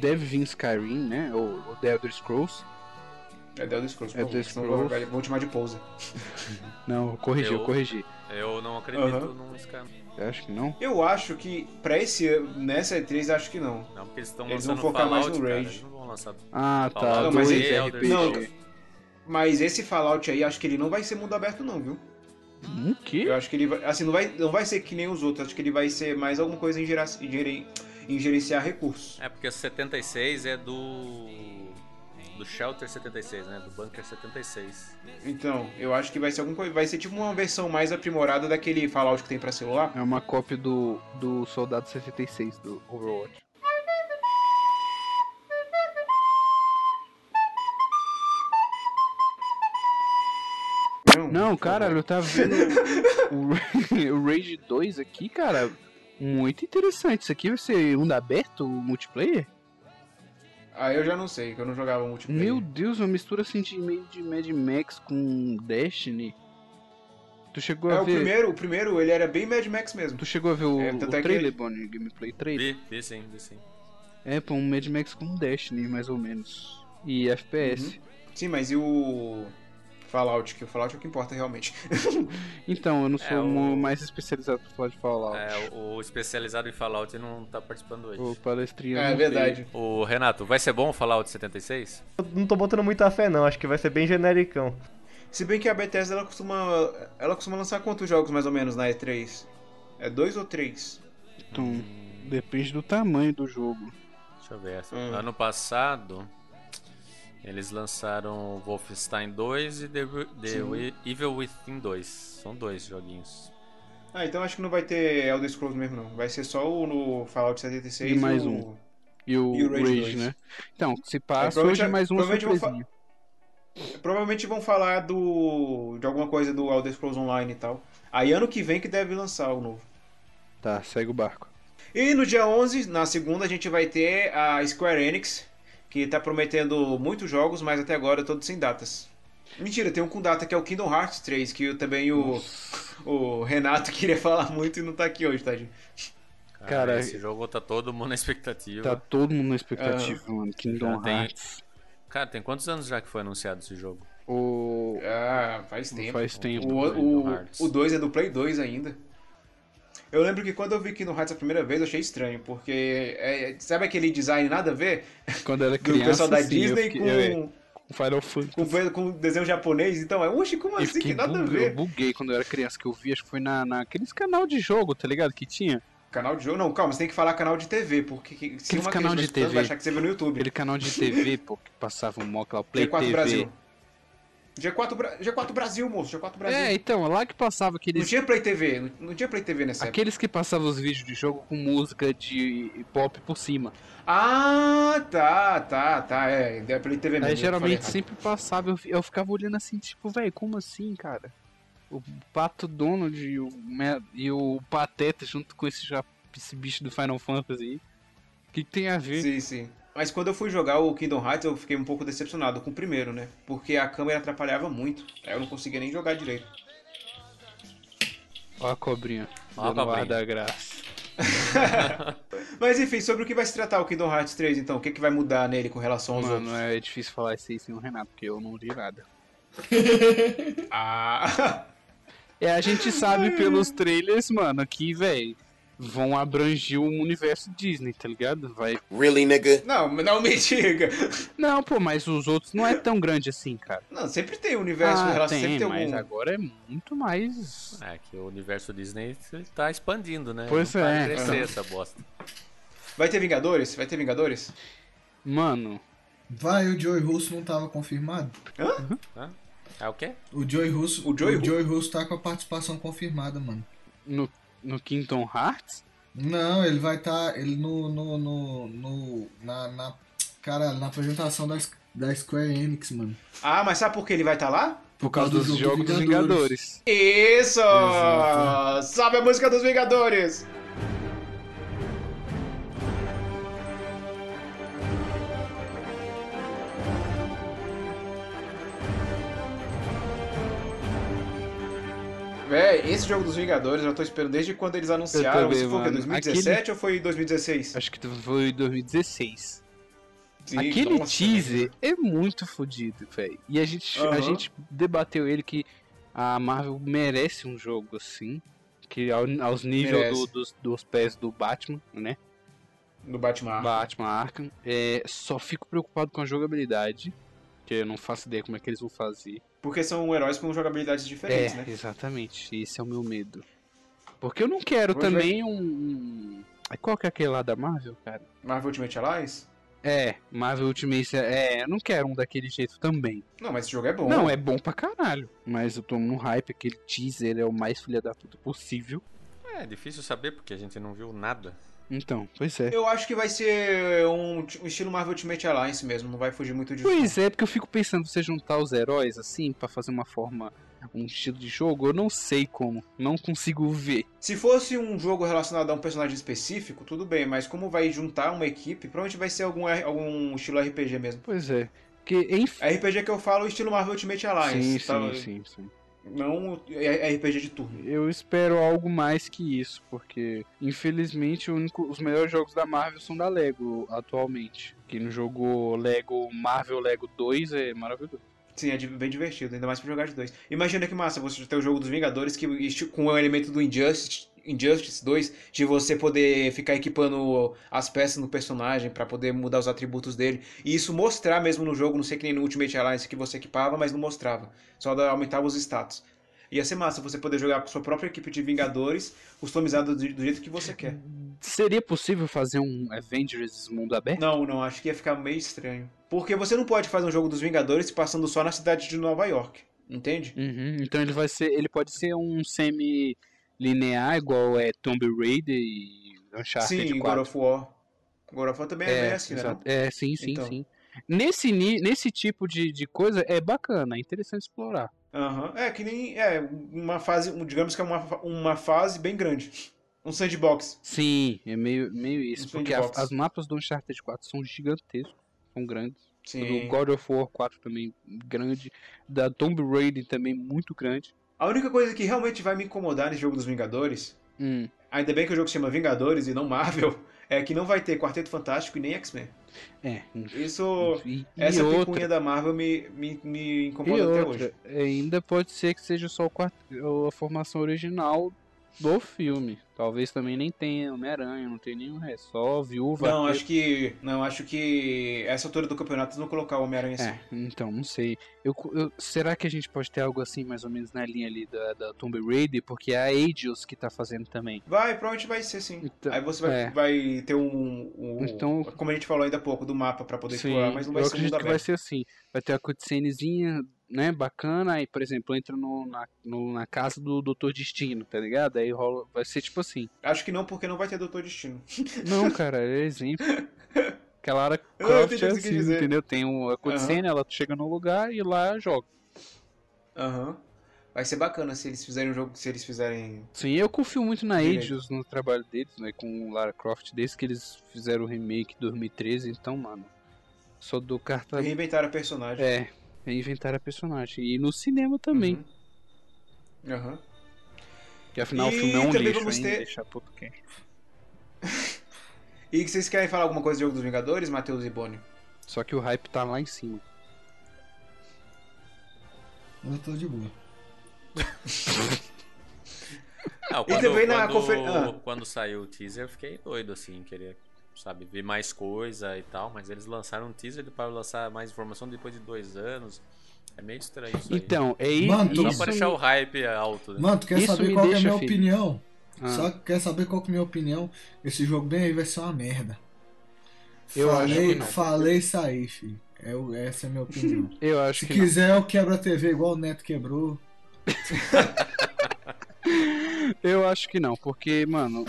Speaker 2: deve vir Skyrim, né? Ou, ou The Elder Scrolls.
Speaker 1: É The Elder Scrolls,
Speaker 2: Elder
Speaker 1: pô, senão eu vou-
Speaker 2: Scrolls.
Speaker 1: vou te chamar de pousa.
Speaker 2: Não, eu corrigi, eu,
Speaker 3: Eu-
Speaker 2: corrigi.
Speaker 3: Eu não acredito
Speaker 1: Aham.
Speaker 3: num Skyrim.
Speaker 2: Eu acho que não.
Speaker 1: Eu acho que pra esse ano, nessa E3, acho que não.
Speaker 3: Não, porque eles estão
Speaker 1: Eles
Speaker 3: lançando
Speaker 1: vão focar mais
Speaker 3: Fallout,
Speaker 1: no
Speaker 3: cara.
Speaker 1: Rage.
Speaker 3: Eles não vão lançar
Speaker 2: Ah, tá.
Speaker 3: Fallout,
Speaker 1: Não, mas
Speaker 2: dois
Speaker 1: ele-
Speaker 3: Elder
Speaker 2: RPG.
Speaker 1: não, Mas esse Fallout aí, acho que ele não vai ser mundo aberto, não, viu?
Speaker 2: Hum, que?
Speaker 1: Eu acho que ele vai. Assim, não vai, não vai ser que nem os outros. Acho que ele vai ser mais alguma coisa em, gera, em gere- em gerenciar recursos.
Speaker 3: É, porque o 76 é do. Do Shelter 76, né? Do Bunker 76.
Speaker 1: Então, eu acho que vai ser alguma coisa. Vai ser tipo uma versão mais aprimorada daquele Fallout que tem pra celular.
Speaker 2: É uma cópia do, do Soldado 66 do Overwatch. Não, caralho, eu tava vendo o, Ra- o Rage 2 aqui, cara. Muito interessante. Isso aqui vai ser um da aberto, o multiplayer?
Speaker 1: Ah, eu já não sei, que eu não jogava multiplayer.
Speaker 2: Meu Deus, uma mistura assim de meio de Mad Max com Destiny. Tu chegou
Speaker 1: É,
Speaker 2: a
Speaker 1: o
Speaker 2: ver.
Speaker 1: primeiro, o primeiro, ele era bem Mad Max mesmo.
Speaker 2: Tu chegou a ver o,
Speaker 1: É,
Speaker 2: o
Speaker 1: tanto é que-
Speaker 2: trailer, Bonnie, gameplay trailer?
Speaker 3: Vi, vi sim, vi sim.
Speaker 2: É, pô, um Mad Max com Destiny, mais ou menos. E FPS.
Speaker 1: Sim, mas e o. Fallout, que o Fallout é o que importa realmente.
Speaker 2: Então, eu não sou
Speaker 3: É, o-
Speaker 2: mo- mais especializado pra falar de Fallout.
Speaker 3: É, o, o especializado em Fallout não tá participando hoje.
Speaker 2: o... palestrinha.
Speaker 1: é
Speaker 2: não
Speaker 1: verdade.
Speaker 3: Ô, Renato, vai ser bom o Fallout 76?
Speaker 9: Não tô botando muita fé, não. Acho que vai ser bem genericão.
Speaker 1: Se bem que a Bethesda ela costuma, ela costuma lançar quantos jogos mais ou menos na E3? É dois ou três?
Speaker 2: veio. Então, depende do tamanho do jogo.
Speaker 3: Deixa eu ver.
Speaker 1: Hum.
Speaker 3: Ano passado, eles lançaram Wolfenstein 2 e The, The
Speaker 1: Sim.
Speaker 3: Evil Within 2. São dois joguinhos.
Speaker 1: Ah, então acho que não vai ter Elder Scrolls mesmo não. Vai ser só o no Fallout 76
Speaker 2: E mais
Speaker 1: o-
Speaker 2: um. E o,
Speaker 1: E o Rage
Speaker 2: Rage,
Speaker 1: 2.
Speaker 2: né? Então, se passa,
Speaker 1: É, provavelmente-
Speaker 2: hoje é mais uma
Speaker 1: provavelmente eu vou fa-
Speaker 2: surpresinha.
Speaker 1: Provavelmente vão falar do de alguma coisa do Elder Scrolls Online e tal. Aí ano que vem que deve lançar o novo.
Speaker 2: Tá, segue o barco.
Speaker 1: E no dia 11, na segunda, a gente vai ter a Square Enix, que tá prometendo muitos jogos, mas até agora todos sem datas. Mentira, tem um com data que é o Kingdom Hearts 3, que eu também o, o Renato queria falar muito e não tá aqui hoje, tadinho.
Speaker 3: Cara,
Speaker 2: Cara,
Speaker 3: esse jogo tá todo mundo na expectativa.
Speaker 2: Tá todo mundo na expectativa,
Speaker 1: Ah.
Speaker 2: mano.
Speaker 3: Já
Speaker 2: Kingdom
Speaker 3: tem-
Speaker 2: Hearts.
Speaker 3: Cara, tem quantos anos já que foi anunciado esse jogo?
Speaker 2: O...
Speaker 1: Ah, faz
Speaker 2: Não
Speaker 1: tempo.
Speaker 2: Faz tempo.
Speaker 1: O-
Speaker 3: Kingdom Hearts.
Speaker 1: O, o 2 é do Play 2 ainda. Eu lembro que quando eu vi Kingdom Hearts a primeira vez, eu achei estranho, porque é- sabe aquele design nada a ver?
Speaker 2: Quando era
Speaker 1: Do
Speaker 2: criança,
Speaker 1: pessoal da
Speaker 2: sim,
Speaker 1: Disney
Speaker 2: eu fiquei... é,
Speaker 1: com,
Speaker 2: com Final Fantasy.
Speaker 1: com, com desenho japonês, então é, oxe, como
Speaker 2: E
Speaker 1: assim?
Speaker 2: fiquei
Speaker 1: Que nada a
Speaker 2: bug-
Speaker 1: ver.
Speaker 2: Eu buguei quando eu era criança, que eu vi, acho que foi na, naqueles canal de jogo, tá ligado? Que tinha.
Speaker 1: Canal de jogo? Não, calma, você tem que falar canal de TV, porque que- se
Speaker 2: Aqueles
Speaker 1: uma
Speaker 2: canal
Speaker 1: criança
Speaker 2: de
Speaker 1: escutando,
Speaker 2: TV.
Speaker 1: vai achar que você viu no YouTube.
Speaker 2: Aquele canal de TV, pô, que passava um mock lá, o Play É,
Speaker 1: G4
Speaker 2: TV.
Speaker 1: Brasil. G4, Bra- G4 Brasil, moço, G4 Brasil.
Speaker 2: É, então, lá que passava
Speaker 1: não
Speaker 2: aqueles.
Speaker 1: tinha Play TV, não, não tinha Play TV nessa época.
Speaker 2: Aqueles que passavam os vídeos de jogo com música de pop por cima.
Speaker 1: Ah, tá, tá, tá, é, é Play TV mesmo.
Speaker 2: Aí
Speaker 1: eu falei
Speaker 2: geralmente
Speaker 1: errado.
Speaker 2: sempre passava, eu, fi- eu ficava olhando assim, tipo, velho, como assim, cara? O Pato Donald e o, Me- e o Pateta junto com esse, ja- esse bicho do Final Fantasy. O que, que tem a ver?
Speaker 1: Sim, sim. Mas quando eu fui jogar o Kingdom Hearts, eu fiquei um pouco decepcionado com o primeiro, né? Porque a câmera atrapalhava muito. Aí eu não conseguia nem jogar direito.
Speaker 2: Ó a cobrinha.
Speaker 3: Ó a
Speaker 2: dando ar
Speaker 3: cobrinha.
Speaker 2: da graça.
Speaker 1: Mas enfim, sobre o que vai se tratar o Kingdom Hearts 3, então? O que, que vai mudar nele com relação aos
Speaker 2: Mano,
Speaker 1: outros?
Speaker 2: é difícil falar isso aí sem o Renato, porque eu não li nada.
Speaker 1: Ah...
Speaker 2: É, a gente sabe pelos trailers, mano, que, velho, vão abranger o universo Disney, tá ligado? Vai.
Speaker 10: Really, nigga?
Speaker 1: Não, não me diga.
Speaker 2: Não, pô, mas os outros não é tão grande assim, cara.
Speaker 1: Não, sempre tem universo,
Speaker 2: ah,
Speaker 1: ela
Speaker 2: tem,
Speaker 1: sempre tem
Speaker 2: mas
Speaker 1: algum.
Speaker 2: agora é muito mais.
Speaker 3: É que o universo Disney tá expandindo, né?
Speaker 2: Pois
Speaker 3: Não para
Speaker 2: é.
Speaker 3: de crescer essa bosta.
Speaker 1: Vai ter Vingadores? Vai ter Vingadores?
Speaker 2: Mano,
Speaker 5: Vai, o Joey Russo não tava confirmado?
Speaker 3: É o quê?
Speaker 5: O Joey Russo,
Speaker 1: O Joey Ru-
Speaker 5: Russo tá com a participação confirmada, mano.
Speaker 2: no, no Kingdom Hearts?
Speaker 5: Não, ele vai estar. Tá, ele no. no, no, no- na, na. Caralho, na apresentação da, S- da Square Enix, mano.
Speaker 1: Ah, mas sabe por que ele vai estar lá?
Speaker 2: Por causa dos
Speaker 5: jogo
Speaker 2: Jogos dos Vingadores.
Speaker 1: Isso!
Speaker 5: Exato.
Speaker 1: Sabe a música dos Vingadores? Véi, esse jogo dos Vingadores eu tô esperando desde quando eles anunciaram.
Speaker 2: também,
Speaker 1: Isso foi o quê?
Speaker 2: mano.
Speaker 1: 2017 ou foi 2016?
Speaker 2: Acho que foi em 2016.
Speaker 1: Sim, então,
Speaker 2: Aquele
Speaker 1: nossa,
Speaker 2: teaser é muito fodido, velho. E a gente, a
Speaker 1: Aham.
Speaker 2: gente debateu ele que a Marvel merece um jogo assim. Que ao- aos níveis
Speaker 1: Merece.
Speaker 2: do- dos, dos pés do Batman, né?
Speaker 1: Do Batman.
Speaker 2: Batman Arkham. É, só fico preocupado com a jogabilidade. Que eu não faço ideia como é que eles vão fazer.
Speaker 1: Porque são heróis com jogabilidades
Speaker 2: É,
Speaker 1: diferentes, né?
Speaker 2: exatamente. Esse é o meu medo. Porque eu não quero
Speaker 1: Vamos ver.
Speaker 2: também um- um. Qual que é aquele lá da Marvel, cara?
Speaker 1: Marvel Ultimate Alliance?
Speaker 2: É, Marvel Ultimate. É, eu não quero um daquele jeito também.
Speaker 1: Não, mas esse jogo é bom.
Speaker 2: Não, é bom pra caralho. Mas eu tô no hype, aquele teaser é o mais filha da puta possível.
Speaker 3: É difícil saber porque a gente não viu nada.
Speaker 2: Então, pois é.
Speaker 1: Eu acho que vai ser um, t- um estilo Marvel Ultimate Alliance mesmo, não vai fugir muito disso.
Speaker 2: Pois é, porque eu fico pensando você juntar os heróis assim pra fazer uma forma, um estilo de jogo, eu não sei como, não consigo ver.
Speaker 1: não. Se fosse um jogo relacionado a um personagem específico, tudo bem, mas como vai juntar uma equipe, provavelmente vai ser algum, R- algum estilo RPG mesmo.
Speaker 2: Pois é. Porque, enfim.
Speaker 1: RPG que eu falo, estilo Marvel Ultimate
Speaker 2: Sim,
Speaker 1: Alliance. tá?
Speaker 2: sim, sim, sim.
Speaker 1: Não é- é RPG de turno.
Speaker 2: Eu espero algo mais que isso, porque infelizmente o único- os melhores jogos da Marvel são da Lego atualmente. Quem não jogou Lego Marvel Lego 2 é maravilhoso.
Speaker 1: Sim, é di- bem divertido, ainda mais pra jogar de dois. Imagina que massa você ter o jogo dos Vingadores que, esti- com o elemento do Injustice, Injustice 2, de você poder ficar equipando as peças no personagem pra poder mudar os atributos dele. E isso mostrar mesmo no jogo, não sei que nem no Ultimate Alliance que você equipava, mas não mostrava. Só da- aumentava os status. Ia ser massa você poder jogar com sua própria equipe de Vingadores, customizado do, do jeito que você quer.
Speaker 2: Seria possível fazer um Avengers mundo aberto?
Speaker 1: Não, não, acho que ia ficar meio estranho. Porque você não pode fazer um jogo dos Vingadores passando só na cidade de Nova York, entende?
Speaker 2: Uhum, então ele vai ser, ele pode ser um semi linear igual é Tomb Raider e Uncharted
Speaker 1: Sim, God
Speaker 2: 4.
Speaker 1: of War. God of War também é, bem assim, né?
Speaker 2: exato.
Speaker 1: não?
Speaker 2: é, sim, sim,
Speaker 1: Então.
Speaker 2: sim. Nesse ni- nesse tipo de, de coisa é bacana, é interessante explorar.
Speaker 1: Aham. É que nem. É, uma fase. um- Digamos que é uma, fa- uma fase bem grande. Um sandbox.
Speaker 2: Sim, é meio meio isso,
Speaker 1: Um
Speaker 2: porque a-
Speaker 1: sandbox.
Speaker 2: as mapas do Uncharted 4 são gigantescos, são grandes. Do
Speaker 1: Sim.
Speaker 2: God of War 4 também grande, da Tomb Raider também muito grande.
Speaker 1: A única coisa que realmente vai me incomodar nesse jogo dos Vingadores,
Speaker 2: Hum.
Speaker 1: ainda bem que o jogo se chama Vingadores e não Marvel, é que não vai ter Quarteto Fantástico e nem X-Men.
Speaker 2: É.
Speaker 1: Isso.
Speaker 2: E, e
Speaker 1: Essa
Speaker 2: outra,
Speaker 1: picuinha da Marvel me, me, me
Speaker 2: E
Speaker 1: incomoda até
Speaker 2: outra, é,
Speaker 1: hoje.
Speaker 2: ainda pode ser que seja só o quart- a formação original do filme. Talvez também nem tenha Homem-Aranha, não tem nenhum resto. Só Viúva.
Speaker 1: Não,
Speaker 2: Arqueiro-
Speaker 1: acho que. Não, acho que. Essa altura do campeonato eles vão colocar o Homem-Aranha assim.
Speaker 2: É, então, não sei. Eu, cu- eu- será que a gente pode ter algo assim, mais ou menos, na linha ali da, da Tomb Raider? Porque é a Eidos que tá fazendo também.
Speaker 1: Vai, provavelmente vai ser sim.
Speaker 2: Então,
Speaker 1: Aí você vai,
Speaker 2: é.
Speaker 1: vai ter um, um-
Speaker 2: Então-
Speaker 1: Como a gente falou ainda há pouco, do mapa pra poder explorar, mas não vai
Speaker 2: eu
Speaker 1: ser um mundo
Speaker 2: acredito que vai
Speaker 1: aberto.
Speaker 2: ser assim. Vai ter a cutscenezinha, né, bacana. Aí, por exemplo, entra no- na, no- na casa do Doutor Destino, tá ligado? Aí rola, vai ser tipo assim.
Speaker 1: Acho que não, porque não vai ter Doutor Destino.
Speaker 2: Não, cara, é exemplo. Que a Lara
Speaker 1: Eu
Speaker 2: Croft
Speaker 1: entendi
Speaker 2: é
Speaker 1: o que você quis
Speaker 2: assim,
Speaker 1: dizer.
Speaker 2: entendeu? Tem um, a cutscene, ela chega num lugar e lá joga.
Speaker 1: Aham. Vai ser bacana se eles fizerem um jogo, se eles fizerem.
Speaker 2: Sim, eu confio muito na
Speaker 1: Direito.
Speaker 2: Eidos, no trabalho deles, né? Com o Lara Croft, desde que eles fizeram o remake em 2013, então, mano. Só dou carta.
Speaker 1: Reinventar a personagem.
Speaker 2: É, reinventaram a personagem. E no cinema também.
Speaker 1: Uhum. Aham.
Speaker 2: Que afinal o
Speaker 1: E
Speaker 2: filme é um
Speaker 1: também
Speaker 2: lixo,
Speaker 1: vamos
Speaker 2: hein?
Speaker 1: ter-
Speaker 2: Deixar puto quente.
Speaker 1: E que vocês querem falar alguma coisa do jogo dos Vingadores, Matheus e Boni?
Speaker 2: Só que o hype tá lá em cima.
Speaker 5: Eu tô de boa.
Speaker 3: Não,
Speaker 1: E
Speaker 3: quando,
Speaker 1: também na
Speaker 3: quando,
Speaker 1: confer- ah.
Speaker 3: quando saiu o teaser, eu fiquei doido, assim, queria, sabe, ver mais coisa e tal, mas eles lançaram um teaser para lançar mais informação depois de dois anos. É meio estranho isso aí.
Speaker 2: Então, é i-
Speaker 5: Mano,
Speaker 2: isso.
Speaker 5: tu-
Speaker 3: Só pra deixar o hype alto, né?
Speaker 5: Mano, tu quer
Speaker 2: Isso
Speaker 5: saber
Speaker 2: me
Speaker 5: qual que é a
Speaker 2: deixa,
Speaker 5: minha
Speaker 2: filho.
Speaker 5: opinião?
Speaker 2: Ah.
Speaker 5: Só que quer saber qual que é a minha opinião? Esse jogo bem aí vai ser uma merda.
Speaker 10: Eu acho
Speaker 5: falei,
Speaker 10: que não.
Speaker 5: Falei isso aí, filho. É, o- essa é a minha opinião.
Speaker 2: Eu acho
Speaker 5: Se
Speaker 2: que. não.
Speaker 5: quiser, eu quebro a TV igual o Neto quebrou.
Speaker 2: Eu acho que não, porque, mano,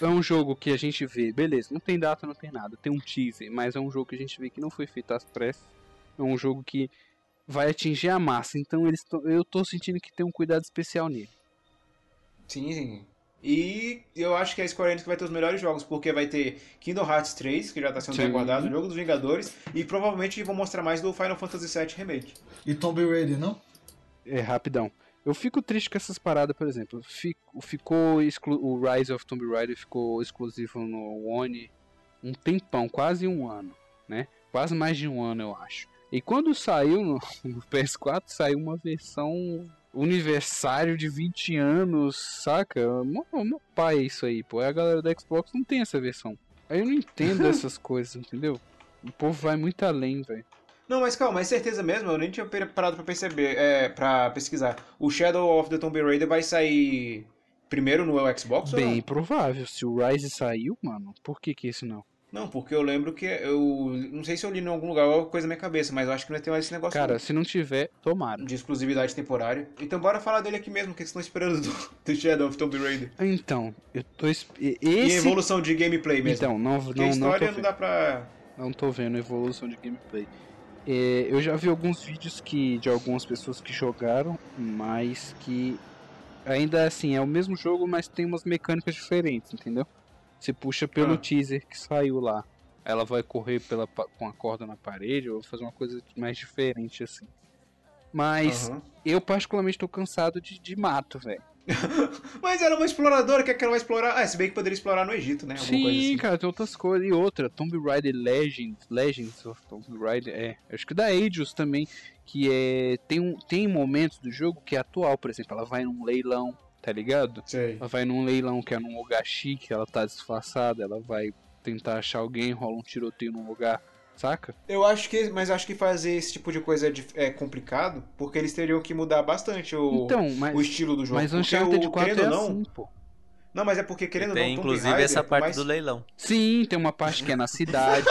Speaker 2: é um jogo que a gente vê, beleza, não tem data, não tem nada, tem um teaser, mas é um jogo que a gente vê que não foi feito às pressas. É um jogo que vai atingir a massa, então eles tão- eu tô sentindo que tem um cuidado especial nele.
Speaker 1: Sim, sim. E eu acho que é a Square Enix que vai ter os melhores jogos, porque vai ter Kingdom Hearts 3, que já tá sendo
Speaker 2: Sim.
Speaker 1: aguardado, o jogo dos Vingadores, e provavelmente vão mostrar mais do Final Fantasy VII Remake.
Speaker 5: E Tomb Raider, não?
Speaker 2: É rapidão. Eu fico triste com essas paradas, por exemplo. Fico- ficou exclu- o Rise of Tomb Raider ficou exclusivo no One um tempão, quase um ano, né? Quase mais de um ano, eu acho. E quando saiu no, no PS4, saiu uma versão aniversário de 20 anos, saca? Mó, mó pai é isso aí, pô. A galera da Xbox não tem essa versão. Aí eu não entendo essas coisas, entendeu? O povo vai muito além, velho.
Speaker 1: Não, mas calma, é certeza mesmo, eu nem tinha pe- parado pra perceber, é, pra pesquisar. O Shadow of the Tomb Raider vai sair primeiro no Xbox ou
Speaker 2: Bem
Speaker 1: não?
Speaker 2: provável. Se o Rise saiu, mano, por que que isso não?
Speaker 1: Não, porque eu lembro que eu. Não sei se eu li em algum lugar ou é coisa na minha cabeça, mas eu acho que não tem mais esse negócio
Speaker 2: Cara, se não tiver, tomara.
Speaker 1: de exclusividade temporária. Então bora falar dele aqui mesmo, o que vocês estão esperando do, do Shadow of Tomb Raider?
Speaker 2: Então, eu tô. es- e-
Speaker 1: E
Speaker 2: Esse...
Speaker 1: evolução de gameplay mesmo.
Speaker 2: Então, não, não,
Speaker 1: Porque
Speaker 2: não,
Speaker 1: a
Speaker 2: tô
Speaker 1: história não,
Speaker 2: vendo,
Speaker 1: dá pra.
Speaker 2: não tô vendo evolução de gameplay. É, eu já vi alguns vídeos que de algumas pessoas que jogaram, mas que ainda assim é o mesmo jogo, mas tem umas mecânicas diferentes, entendeu? Você puxa pelo
Speaker 1: Ah.
Speaker 2: teaser que saiu lá. Ela vai correr pela, pa- com a corda na parede ou fazer uma coisa mais diferente assim. Mas
Speaker 1: Aham.
Speaker 2: eu particularmente tô cansado de, de mato, velho.
Speaker 1: Mas era uma exploradora, o que é que ela vai explorar? Ah, se bem que poderia explorar no Egito, né? Alguma
Speaker 2: Sim,
Speaker 1: coisa assim.
Speaker 2: cara, tem outras coisas. E outra, Tomb Raider Legends, Legends of Tomb Raider, é. Acho que da Eidos também, que é. Tem, um, tem momentos do jogo que é atual, por exemplo, ela vai num leilão, tá ligado?
Speaker 1: Sei.
Speaker 2: Ela vai num leilão que é num lugar chique, ela tá disfarçada, ela vai tentar achar alguém, rola um tiroteio num lugar, saca?
Speaker 1: Eu acho que. Mas acho que fazer esse tipo de coisa é, dif- é complicado, porque eles teriam que mudar bastante o,
Speaker 2: então,
Speaker 1: o
Speaker 2: mas.
Speaker 1: estilo do jogo.
Speaker 2: Mas
Speaker 1: porque
Speaker 2: Uncharted
Speaker 1: o,
Speaker 2: 4
Speaker 1: querendo
Speaker 2: é
Speaker 1: ou não.
Speaker 2: assim, pô.
Speaker 1: Não, mas é porque querendo ou não,
Speaker 3: tem
Speaker 1: Tomb
Speaker 3: inclusive
Speaker 1: Raider,
Speaker 3: essa
Speaker 1: por
Speaker 3: parte
Speaker 1: mais-
Speaker 3: do leilão.
Speaker 2: Sim, tem uma parte que é na cidade.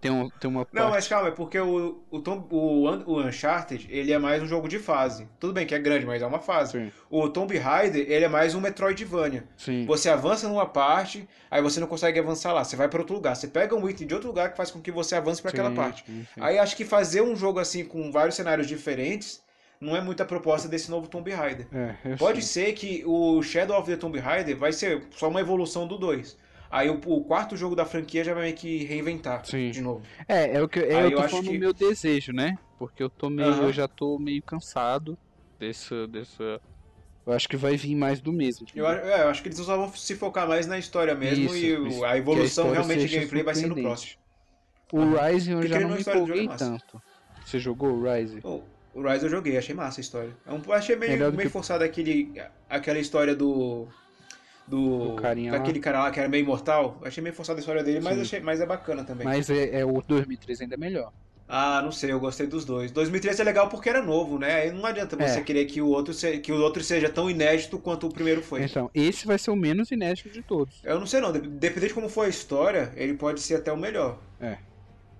Speaker 2: tem, um, tem uma parte.
Speaker 1: Não, mas calma, é porque o, o, Tom- o, Un- o Uncharted, ele é mais um jogo de fase. Tudo bem que é grande, mas é uma fase.
Speaker 2: Sim,
Speaker 1: O Tomb Raider, ele é mais um Metroidvania.
Speaker 2: sim.
Speaker 1: Você avança numa parte, aí você não consegue avançar lá, você vai pra outro lugar. Você pega um item de outro lugar que faz com que você avance pra aquela
Speaker 2: sim,
Speaker 1: parte.
Speaker 2: sim, sim.
Speaker 1: Aí acho que fazer um jogo assim com vários cenários diferentes não é muita proposta desse novo Tomb Raider.
Speaker 2: É, eu
Speaker 1: Pode
Speaker 2: sei.
Speaker 1: ser que o Shadow of the Tomb Raider vai ser só uma evolução do 2. Aí o, o quarto jogo da franquia já vai meio que reinventar
Speaker 2: Sim.
Speaker 1: de novo.
Speaker 2: É, é o que é,
Speaker 1: Aí
Speaker 2: eu
Speaker 1: eu
Speaker 2: tô
Speaker 1: acho
Speaker 2: falando
Speaker 1: que-
Speaker 2: o meu desejo, né? Porque eu tô meio,
Speaker 1: Aham.
Speaker 2: eu já tô meio cansado dessa, dessa. Eu acho que vai vir mais do mesmo. tipo,
Speaker 1: Eu, a- é, eu acho que eles só vão se focar mais na história mesmo
Speaker 2: Isso,
Speaker 1: e o-
Speaker 2: isso.
Speaker 1: a evolução
Speaker 2: Que a história
Speaker 1: realmente de
Speaker 2: seja
Speaker 1: gameplay vai ser no
Speaker 2: surpreendente.
Speaker 1: próximo.
Speaker 2: O
Speaker 1: Aham.
Speaker 2: Rise eu
Speaker 1: Porque
Speaker 2: já
Speaker 1: ele
Speaker 2: não
Speaker 1: não é
Speaker 2: me
Speaker 1: história do jogo,
Speaker 2: empolguei
Speaker 1: é massa.
Speaker 2: tanto. Você jogou o Rise?
Speaker 1: Bom, o Rise eu joguei, achei massa a história. É um- achei meio,
Speaker 2: Melhor do
Speaker 1: meio
Speaker 2: que-
Speaker 1: forçado aquele, aquela história do. Do.
Speaker 2: Do carinha lá.
Speaker 1: daquele cara lá que era meio imortal. Achei meio forçada a história dele, mas,
Speaker 2: Sim.
Speaker 1: achei, mas é bacana também.
Speaker 2: Mas é, é o 2003 ainda é melhor.
Speaker 1: Ah, não sei, eu gostei dos dois. 2013 é legal porque era novo, né? Aí não adianta você
Speaker 2: É.
Speaker 1: querer que o, outro se- que o outro seja tão inédito quanto o primeiro foi.
Speaker 2: Então, esse vai ser o menos inédito de todos.
Speaker 1: Eu não sei não, dep- dependendo de como for a história, ele pode ser até o melhor.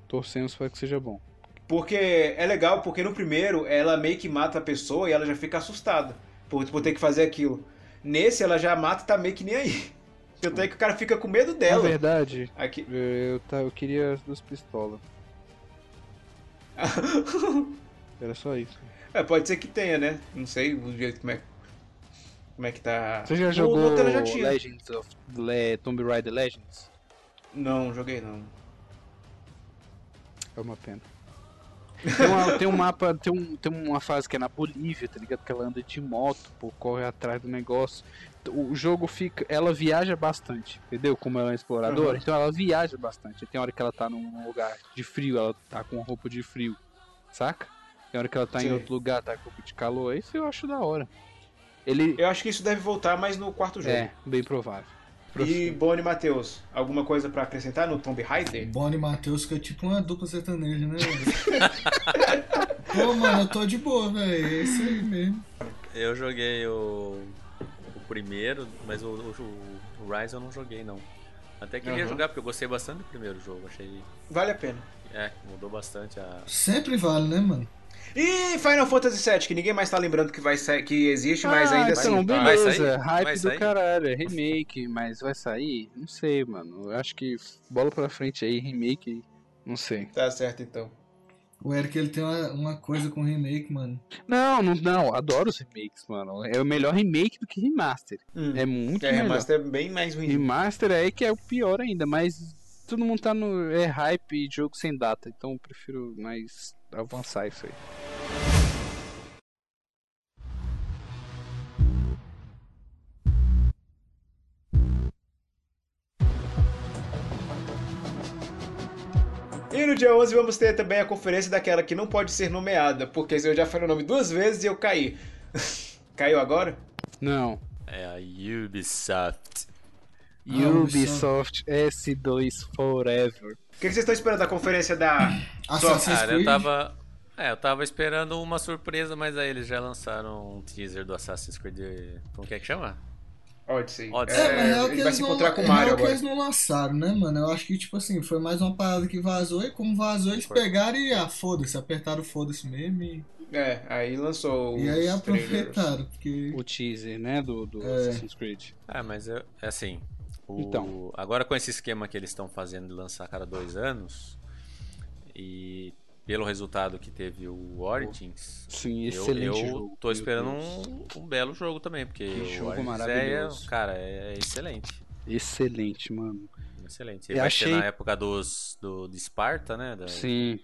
Speaker 2: Torcemos para que seja bom.
Speaker 1: Porque é legal, porque no primeiro ela meio que mata a pessoa e ela já fica assustada por, por ter que fazer aquilo. Nesse ela já mata e tá meio que nem aí. Tanto é que o cara fica com medo
Speaker 2: Na
Speaker 1: dela.
Speaker 2: verdade,
Speaker 1: Aqui.
Speaker 2: eu, tá, eu queria as duas pistolas. Era só isso.
Speaker 1: É, pode ser que tenha, né? Não sei o jeito como é, como é que tá.
Speaker 2: Você já
Speaker 1: No- no
Speaker 2: jogou
Speaker 1: outro ela já tinha.
Speaker 2: Legends of Le- Tomb Raider Legends?
Speaker 1: Não, joguei não.
Speaker 2: É uma pena. Tem, uma- tem um mapa, tem, um, tem uma fase que é na Bolívia, tá ligado? Que ela anda de moto, pô, corre atrás do negócio. O jogo fica. Ela viaja bastante, entendeu? Como ela é exploradora,
Speaker 1: Aham.
Speaker 2: então ela viaja bastante. Tem hora que ela tá num lugar de frio, ela tá com roupa de frio, saca? Tem hora que ela tá um em
Speaker 1: Sim.
Speaker 2: outro lugar, tá com roupa de calor. Isso eu acho da hora. Ele...
Speaker 1: Eu acho que isso deve voltar, mas no quarto jogo.
Speaker 2: É, bem provável.
Speaker 1: E Bonnie e Matheus, alguma coisa pra acrescentar no Tomb Raider?
Speaker 5: Bonnie e Matheus que é tipo uma dupla sertaneja, né? Pô, mano, eu tô de boa, velho. É isso aí mesmo.
Speaker 3: Eu joguei o, o primeiro, mas o, o, o Rise eu não joguei, não. Até queria
Speaker 1: Aham.
Speaker 3: jogar, porque eu gostei bastante do primeiro jogo. Achei.
Speaker 1: Vale a pena.
Speaker 3: É, mudou bastante a.
Speaker 5: Sempre vale, né, mano?
Speaker 1: E Final Fantasy VII, que ninguém mais tá lembrando que, vai sa- que existe, mas
Speaker 2: Ah,
Speaker 1: ainda
Speaker 2: então,
Speaker 1: assim.
Speaker 3: vai sair?
Speaker 2: beleza. Hype
Speaker 3: Vai
Speaker 2: do
Speaker 3: sair?
Speaker 2: caralho. É remake, mas vai sair? Não sei, mano. Eu acho que bola pra frente aí, remake. Não sei.
Speaker 1: Tá certo então.
Speaker 5: O Eric, ele tem uma, uma coisa com remake, mano.
Speaker 2: Não, não, não. Adoro os remakes, mano. É o melhor remake do que remaster.
Speaker 1: Hum.
Speaker 2: É muito
Speaker 1: É,
Speaker 2: melhor.
Speaker 1: remaster é bem mais ruim.
Speaker 2: Remaster aí que é o pior ainda, mas todo mundo tá no é hype e jogo sem data, então eu prefiro mais avançar isso aí.
Speaker 1: E no dia 11 vamos ter também a conferência daquela que não pode ser nomeada, porque eu já falei o nome duas vezes e eu caí. Caiu agora?
Speaker 2: Não.
Speaker 3: É a Ubisoft. Ah,
Speaker 2: Ubisoft S2 Forever.
Speaker 1: O que, que vocês estão esperando da conferência da
Speaker 5: Assassin's
Speaker 3: Cara, eu
Speaker 5: Creed?
Speaker 3: tava. É, eu tava esperando uma surpresa, mas aí eles já lançaram um teaser do Assassin's Creed. Como que é que chama?
Speaker 1: Odyssey?
Speaker 3: Odyssey.
Speaker 5: É, mas é o que
Speaker 1: ele vai
Speaker 5: eles
Speaker 1: se
Speaker 5: não-
Speaker 1: encontrar com o
Speaker 5: é
Speaker 1: Mario
Speaker 5: o que
Speaker 1: agora.
Speaker 5: eles não lançaram, né, mano? Eu acho que, tipo assim, foi mais uma parada que vazou e como vazou, eles
Speaker 3: Foi.
Speaker 5: pegaram e, ah, foda-se, apertaram o foda-se mesmo e,
Speaker 1: É, aí lançou
Speaker 5: e aí é
Speaker 1: os trailers.
Speaker 5: aproveitaram, porque...
Speaker 2: O teaser, né, do, do
Speaker 5: É.
Speaker 2: Assassin's Creed.
Speaker 3: Ah, mas eu, é assim. o-
Speaker 2: Então.
Speaker 3: Agora com esse esquema que eles estão fazendo de lançar a cada dois anos, e pelo resultado que teve o Origins,
Speaker 2: Sim,
Speaker 3: eu,
Speaker 2: excelente
Speaker 3: eu
Speaker 2: jogo.
Speaker 3: tô
Speaker 2: meu
Speaker 3: esperando
Speaker 2: Deus.
Speaker 3: um, um belo jogo também, porque
Speaker 2: Que
Speaker 3: o
Speaker 2: jogo
Speaker 3: Origins é-
Speaker 2: maravilhoso.
Speaker 3: cara, é excelente.
Speaker 2: Excelente, mano.
Speaker 3: Excelente.
Speaker 2: Eu
Speaker 3: Ele vai
Speaker 2: achei-
Speaker 3: ser na época dos, do, de Esparta, né? Da-
Speaker 2: Sim.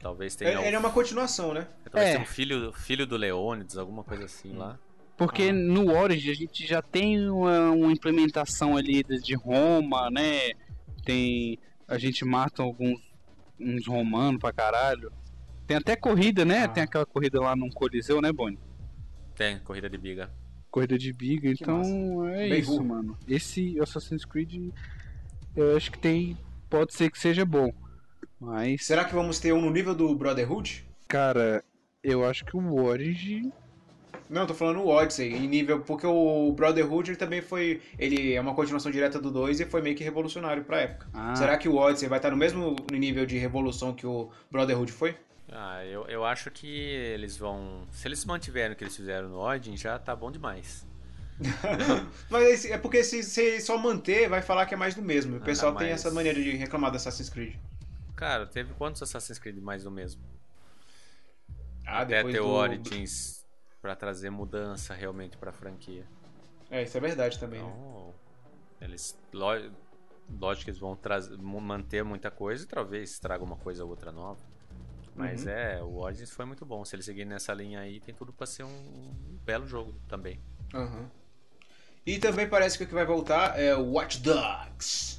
Speaker 3: Talvez tenha
Speaker 1: Ele, ele é
Speaker 3: um,
Speaker 1: uma continuação, né?
Speaker 3: talvez
Speaker 2: É.
Speaker 3: tenha um filho, filho do Leônidas, alguma coisa assim lá.
Speaker 1: Hum.
Speaker 2: Porque no Origin a gente já tem uma, uma implementação ali de, de Roma, né? Tem. A gente mata alguns uns romanos pra caralho. Tem até corrida, né?
Speaker 1: Ah.
Speaker 2: Tem aquela corrida lá num Coliseu, né, Boni?
Speaker 3: Tem, corrida de biga.
Speaker 2: Corrida de biga,
Speaker 1: Que
Speaker 2: então é
Speaker 1: Bem
Speaker 2: isso,
Speaker 1: ruim.
Speaker 2: mano. Esse Assassin's Creed eu acho que tem. Pode ser que seja bom. Mas,
Speaker 1: Será que vamos ter um no nível do Brotherhood?
Speaker 2: cara, eu acho que o Origin.
Speaker 1: Não, eu tô falando o Odyssey, em nível. Porque o Brotherhood ele também foi. Ele é uma continuação direta do 2 e foi meio que revolucionário pra época.
Speaker 2: Ah,
Speaker 1: Será que o Odyssey vai estar no mesmo nível de revolução que o Brotherhood foi?
Speaker 3: Ah, eu, eu acho que eles vão. Se eles mantiverem o que eles fizeram no Odin, já tá bom demais.
Speaker 1: Mas esse- é porque se, se só manter, vai falar que é mais do mesmo. O
Speaker 3: Ah,
Speaker 1: pessoal tem
Speaker 3: mas-
Speaker 1: essa maneira de reclamar do Assassin's Creed.
Speaker 3: Cara, teve quantos Assassin's Creed mais do mesmo?
Speaker 1: Ah,
Speaker 3: Até
Speaker 1: depois
Speaker 3: ter o
Speaker 1: do-
Speaker 3: Origins pra trazer mudança realmente pra franquia.
Speaker 1: É, isso é verdade também. né?
Speaker 3: Então, eles. lo- Lógico que eles vão trazer, mu- manter muita coisa e talvez traga uma coisa ou outra nova. Mas
Speaker 1: Uhum.
Speaker 3: é, o Origins foi muito bom. Se eles seguirem nessa linha aí, tem tudo pra ser um, um belo jogo também.
Speaker 1: Aham. E também parece que o que vai voltar é o Watch Dogs.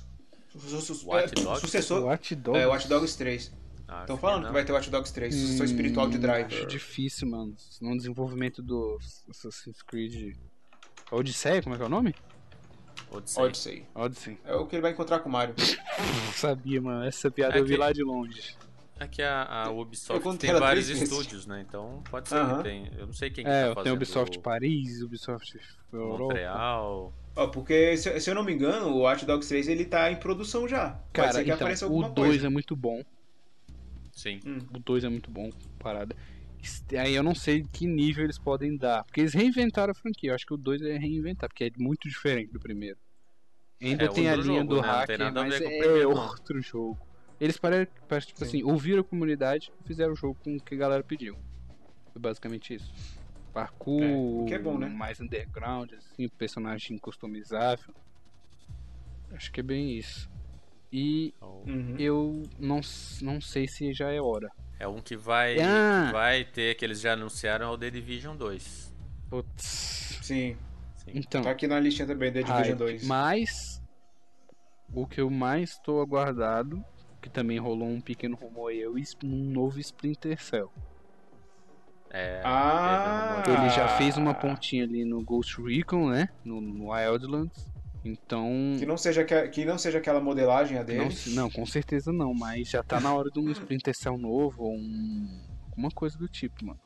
Speaker 1: Su- su- su-
Speaker 3: Watch
Speaker 1: é,
Speaker 3: Dogs?
Speaker 1: Sucessor.
Speaker 2: Watch Dogs?
Speaker 1: É, Watch Dogs 3.
Speaker 3: Ah,
Speaker 1: Estão
Speaker 3: acho
Speaker 1: falando que
Speaker 3: não.
Speaker 1: vai ter Watch Dogs 3, sucessor
Speaker 2: Hum,
Speaker 1: espiritual de
Speaker 2: Acho
Speaker 1: Driver.
Speaker 2: difícil, mano. No desenvolvimento do Assassin's Creed. Odisseia, como é que é o nome?
Speaker 3: Odyssey.
Speaker 1: Odyssey.
Speaker 2: Odyssey.
Speaker 1: É o que ele vai encontrar com o Mario.
Speaker 2: Não sabia, mano. Essa piada
Speaker 3: É
Speaker 2: eu vi
Speaker 3: que-
Speaker 2: lá de longe.
Speaker 3: É que a, a
Speaker 1: Eu
Speaker 3: Ubisoft
Speaker 1: contei
Speaker 3: tem
Speaker 1: ela
Speaker 3: vários
Speaker 1: três vezes.
Speaker 3: estúdios, né? Então pode ser
Speaker 1: Aham.
Speaker 3: que tem. Eu não sei quem que
Speaker 2: é,
Speaker 3: tá fazendo.
Speaker 2: tem Ubisoft
Speaker 3: o
Speaker 2: Paris, Ubisoft Europa.
Speaker 3: Montreal.
Speaker 1: Ó, porque, se, se eu não me engano, o Watch Dogs 3 ele tá em produção já. Pode
Speaker 2: Cara,
Speaker 1: ser que
Speaker 2: então,
Speaker 1: apareça
Speaker 2: o
Speaker 1: alguma
Speaker 2: 2
Speaker 1: coisa. Hum,
Speaker 2: é muito bom.
Speaker 3: Sim.
Speaker 2: O 2 é muito bom, parada. Este- Aí eu não sei que nível eles podem dar. Porque eles reinventaram a franquia. Eu acho que o 2 é reinventar, porque é muito diferente do primeiro. Ainda
Speaker 3: É,
Speaker 2: tem a
Speaker 3: outro
Speaker 2: linha
Speaker 3: jogo,
Speaker 2: do
Speaker 3: né? Não tem
Speaker 2: hacker,
Speaker 3: nada a
Speaker 2: mas
Speaker 3: ver com o
Speaker 2: é
Speaker 3: primeiro, não.
Speaker 2: outro jogo. Eles parecem, parece, tipo assim, ouviram a comunidade e fizeram o jogo com o que a galera pediu. Foi basicamente isso. Parkour,
Speaker 1: É, o que é bom, né?
Speaker 2: mais underground, assim, personagem customizável. Acho que é bem isso. E
Speaker 3: Então,
Speaker 1: Uhum.
Speaker 2: eu não, s- não sei se já é hora.
Speaker 3: É um que vai,
Speaker 2: Ah.
Speaker 3: que vai ter, que eles já anunciaram, é o The Division 2.
Speaker 2: Putz.
Speaker 1: Sim,
Speaker 3: Sim.
Speaker 2: Então,
Speaker 1: tá aqui na listinha também, The Division
Speaker 2: hype.
Speaker 1: 2.
Speaker 2: mas o que eu mais estou aguardado, que também rolou um pequeno rumor aí, é o Sp- um novo Splinter Cell.
Speaker 3: É,
Speaker 1: Ah!
Speaker 2: Ele já fez uma pontinha ali no Ghost Recon, né? No, no Wildlands. Então.
Speaker 1: Que não seja, que, que não seja aquela modelagem a dele.
Speaker 2: Não, se- não, com certeza não, mas já tá na hora de um Splinter Cell novo ou um. Alguma coisa do tipo, mano.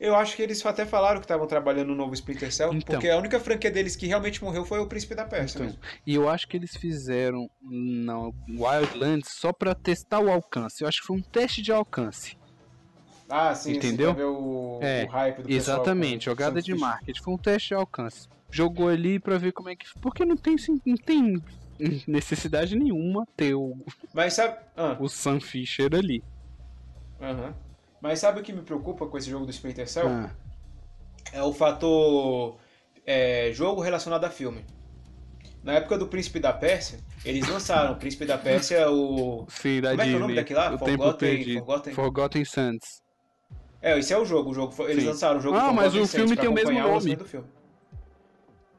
Speaker 1: Eu acho que eles até falaram que estavam trabalhando no novo Splinter Cell,
Speaker 2: Então.
Speaker 1: porque a única franquia deles que realmente morreu foi o Príncipe da Pérsia
Speaker 2: Então,
Speaker 1: mesmo.
Speaker 2: E eu acho que eles fizeram na Wildlands só pra testar o alcance. Eu acho que foi um teste de alcance.
Speaker 1: Ah, sim,
Speaker 2: entendeu?
Speaker 1: Sim, pra ver o,
Speaker 2: É,
Speaker 1: o hype do pessoal.
Speaker 2: Exatamente,
Speaker 1: com-
Speaker 2: jogada de
Speaker 1: com-
Speaker 2: marketing. Foi um teste de alcance. Jogou ali pra ver como é que. Porque não tem, sim- não tem necessidade nenhuma ter o,
Speaker 1: Mas sabe, ah,
Speaker 2: o Sam Fisher ali.
Speaker 1: aham. Mas sabe o que me preocupa com esse jogo do Splinter Cell?
Speaker 2: Ah,
Speaker 1: É o fator é, jogo relacionado a filme. Na época do Príncipe da Pérsia, eles lançaram o Príncipe da Pérsia, é o...
Speaker 2: sim, da
Speaker 1: Como é que é o nome
Speaker 2: Disney.
Speaker 1: daquele lá?
Speaker 2: O
Speaker 1: Forgotten-
Speaker 2: tempo perdido.
Speaker 1: Forgotten-
Speaker 2: Forgotten Sands.
Speaker 1: É, esse é o jogo, o jogo foi- eles
Speaker 2: Sim.
Speaker 1: lançaram o jogo
Speaker 2: Ah,
Speaker 1: com
Speaker 2: mas o
Speaker 1: Golden Sands
Speaker 2: filme
Speaker 1: pra
Speaker 2: tem o mesmo
Speaker 1: acompanhar
Speaker 2: nome.
Speaker 1: lançamento Do filme.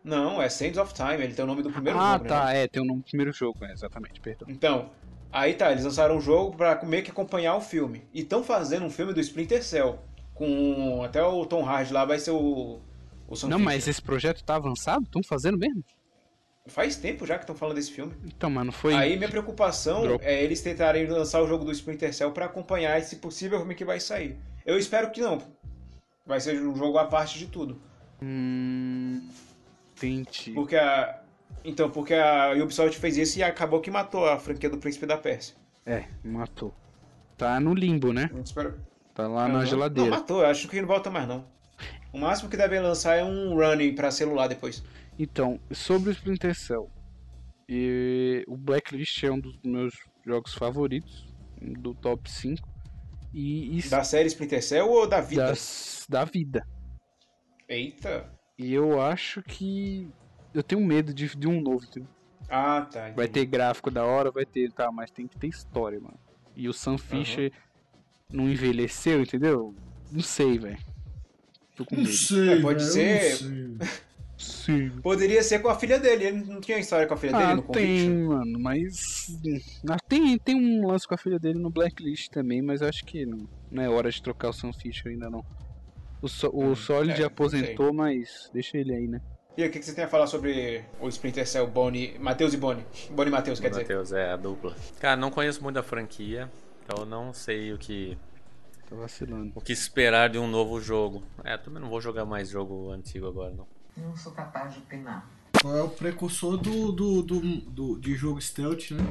Speaker 1: Não, é Sands of Time, ele tem o nome do primeiro
Speaker 2: ah,
Speaker 1: jogo, né?
Speaker 2: tá, é, tem o nome do primeiro jogo, é, exatamente, perdão.
Speaker 1: Então, aí tá, eles lançaram o jogo pra meio que acompanhar o filme. E estão fazendo um filme do Splinter Cell. Com até o Tom Hardy lá vai ser o. o Sam
Speaker 2: Não,
Speaker 1: Fisher.
Speaker 2: mas esse projeto tá avançado? Estão fazendo mesmo?
Speaker 1: Faz tempo já que estão falando desse filme.
Speaker 2: Então, mano, foi.
Speaker 1: Aí minha preocupação
Speaker 2: Dropa.
Speaker 1: é eles tentarem lançar o jogo do Splinter Cell pra acompanhar esse possível filme que vai sair. Eu espero que não. Vai ser um jogo à parte de tudo.
Speaker 2: Hum. Entendi.
Speaker 1: Porque a. Então, porque a Ubisoft fez isso e acabou que matou a franquia do Príncipe da Pérsia.
Speaker 2: É, matou. Tá no limbo, né?
Speaker 1: Eu espero-
Speaker 2: Tá lá
Speaker 1: Não,
Speaker 2: na
Speaker 1: não- Não,
Speaker 2: geladeira.
Speaker 1: matou, eu acho que não volta mais não. O máximo que devem lançar é um running pra celular depois.
Speaker 2: Então, sobre o Splinter Cell. E o Blacklist é um dos meus jogos favoritos, um do top 5. E isso
Speaker 1: Da série Splinter Cell ou da vida?
Speaker 2: das- da vida.
Speaker 1: Eita.
Speaker 2: E eu acho que. Eu tenho medo de, de um novo, entendeu?
Speaker 1: Ah, tá.
Speaker 2: Vai
Speaker 1: entendi.
Speaker 2: ter gráfico da hora, vai ter, tá, mas tem que ter história, mano. E o Sam Fisher não envelheceu, entendeu? Não sei, velho. Tô com
Speaker 5: Não
Speaker 2: medo.
Speaker 5: sei.
Speaker 1: É, pode
Speaker 5: velho, eu
Speaker 1: ser.
Speaker 5: não sei.
Speaker 2: Sim.
Speaker 1: Poderia ser com a filha dele, ele não tinha história com a filha É dele
Speaker 2: Ah,
Speaker 1: no
Speaker 2: tem,
Speaker 1: convite.
Speaker 2: mano, mas. Ah, tem, tem um lance com a filha dele no Blacklist também, mas eu acho que não, não é hora de trocar o Sam Fisher ainda não. O, so, o Solid
Speaker 1: é,
Speaker 2: aposentou, mas deixa ele aí, né?
Speaker 1: E aí, o que que você tem a falar sobre o Splinter Cell, Bonnie, Matheus e Bonnie? Bonnie e Matheus, quer dizer.
Speaker 3: Matheus, é a dupla. Cara, não conheço muito a franquia, então eu não sei o que,
Speaker 2: Tá vacilando.
Speaker 3: o que esperar de um novo jogo. É, também não vou jogar mais jogo antigo agora, não.
Speaker 4: Não sou capaz de opinar.
Speaker 5: Qual é o precursor do, do, do, do- de jogo stealth, né?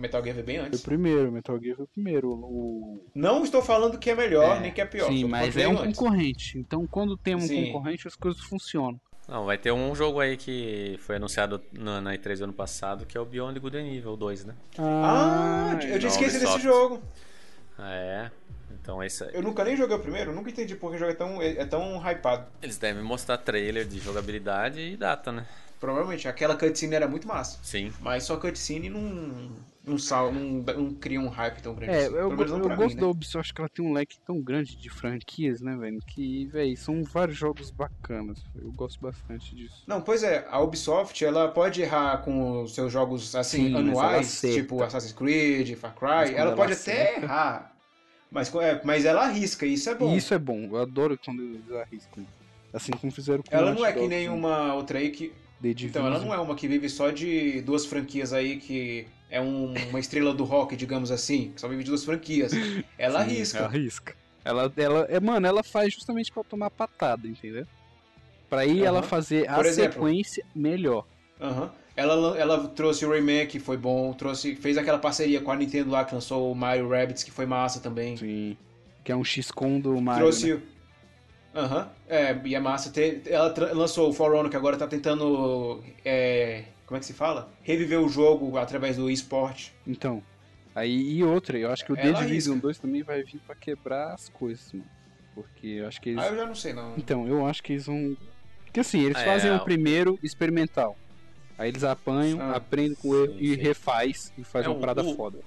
Speaker 1: Metal Gear veio bem
Speaker 2: Foi o
Speaker 1: antes.
Speaker 2: primeiro, Metal Gear foi o primeiro. O,
Speaker 1: Não estou falando que é melhor,
Speaker 2: É,
Speaker 1: nem que é pior.
Speaker 2: Sim,
Speaker 1: só
Speaker 2: mas
Speaker 1: falei
Speaker 2: é um
Speaker 1: antes.
Speaker 2: concorrente. Então, quando tem um
Speaker 1: Sim.
Speaker 2: concorrente, as coisas funcionam.
Speaker 3: Não, vai ter um jogo aí que foi anunciado na, na E3 do ano passado, que é o Beyond Good and Evil 2, né?
Speaker 1: Ah, eu já
Speaker 3: não,
Speaker 1: esqueci
Speaker 2: é
Speaker 1: desse
Speaker 3: Ubisoft.
Speaker 1: jogo.
Speaker 3: Ah, é. Então esse,
Speaker 1: Eu nunca nem joguei o primeiro, eu nunca entendi por que o jogo é tão, é tão hypado.
Speaker 3: eles devem mostrar trailer de jogabilidade e data, né?
Speaker 1: Provavelmente, aquela cutscene era muito massa.
Speaker 3: Sim.
Speaker 1: Mas só cutscene não, não, sal, não, não cria um hype tão grande.
Speaker 2: É,
Speaker 1: assim.
Speaker 2: eu,
Speaker 1: Pelo
Speaker 2: go-
Speaker 1: menos não
Speaker 2: eu
Speaker 1: pra
Speaker 2: gosto
Speaker 1: mim, né?
Speaker 2: da Ubisoft que ela tem um leque tão grande de franquias, né, velho? Que, velho, são vários jogos bacanas. Eu gosto bastante disso.
Speaker 1: Não, pois é, a Ubisoft, ela pode errar com os seus jogos, assim,
Speaker 2: Sim, mas ela
Speaker 1: anuais,
Speaker 2: acerta.
Speaker 1: tipo Assassin's Creed, Far
Speaker 2: Mas
Speaker 1: Cry,
Speaker 2: quando
Speaker 1: ela
Speaker 2: ela
Speaker 1: pode até
Speaker 2: acerta-
Speaker 1: errar, mas, co- é, mas ela arrisca, e isso é bom.
Speaker 2: E isso é bom, eu adoro quando eles arriscam. Assim como fizeram com
Speaker 1: ela
Speaker 2: Watch
Speaker 1: não é que
Speaker 2: Dogs,
Speaker 1: nem
Speaker 2: né?
Speaker 1: uma outra aí que...
Speaker 2: The
Speaker 1: Então, ela
Speaker 2: Division.
Speaker 1: não é uma que vive só de duas franquias aí que é um- uma estrela do rock, digamos assim, que só vive de duas franquias. Ela
Speaker 2: Sim,
Speaker 1: arrisca.
Speaker 2: Ela arrisca. Ela, ela, é, mano, ela faz justamente pra tomar patada, entendeu? Pra aí
Speaker 1: Aham.
Speaker 2: ela fazer a
Speaker 1: Por exemplo.
Speaker 2: sequência melhor.
Speaker 1: Aham. Ela, lan- ela trouxe o Rayman, que foi bom, trouxe, fez aquela parceria com a Nintendo lá, que lançou o Mario Rabbids, que foi massa também.
Speaker 2: Sim. Que é um XCOM do Mario. né?
Speaker 1: trouxe. Aham. É, e é massa. ter- Ela tra- lançou o For Honor, que agora tá tentando. é, Como é que se fala? Reviver o jogo através do esporte.
Speaker 2: Então. Aí, e outra, eu acho que o The
Speaker 1: É, Ela
Speaker 2: Division
Speaker 1: arrisca.
Speaker 2: 2 também vai vir pra quebrar as coisas, mano. Porque eu acho que eles.
Speaker 1: Ah, eu já não sei, não.
Speaker 2: Então, eu acho que eles vão. Porque assim, eles
Speaker 3: É,
Speaker 2: fazem
Speaker 3: é,
Speaker 2: o primeiro experimental. Aí eles apanham,
Speaker 1: Ah,
Speaker 2: aprendem com o erro
Speaker 3: sim,
Speaker 2: e
Speaker 3: sim.
Speaker 2: refaz e faz
Speaker 3: É,
Speaker 2: uma
Speaker 3: o-
Speaker 2: parada
Speaker 3: o-
Speaker 2: foda.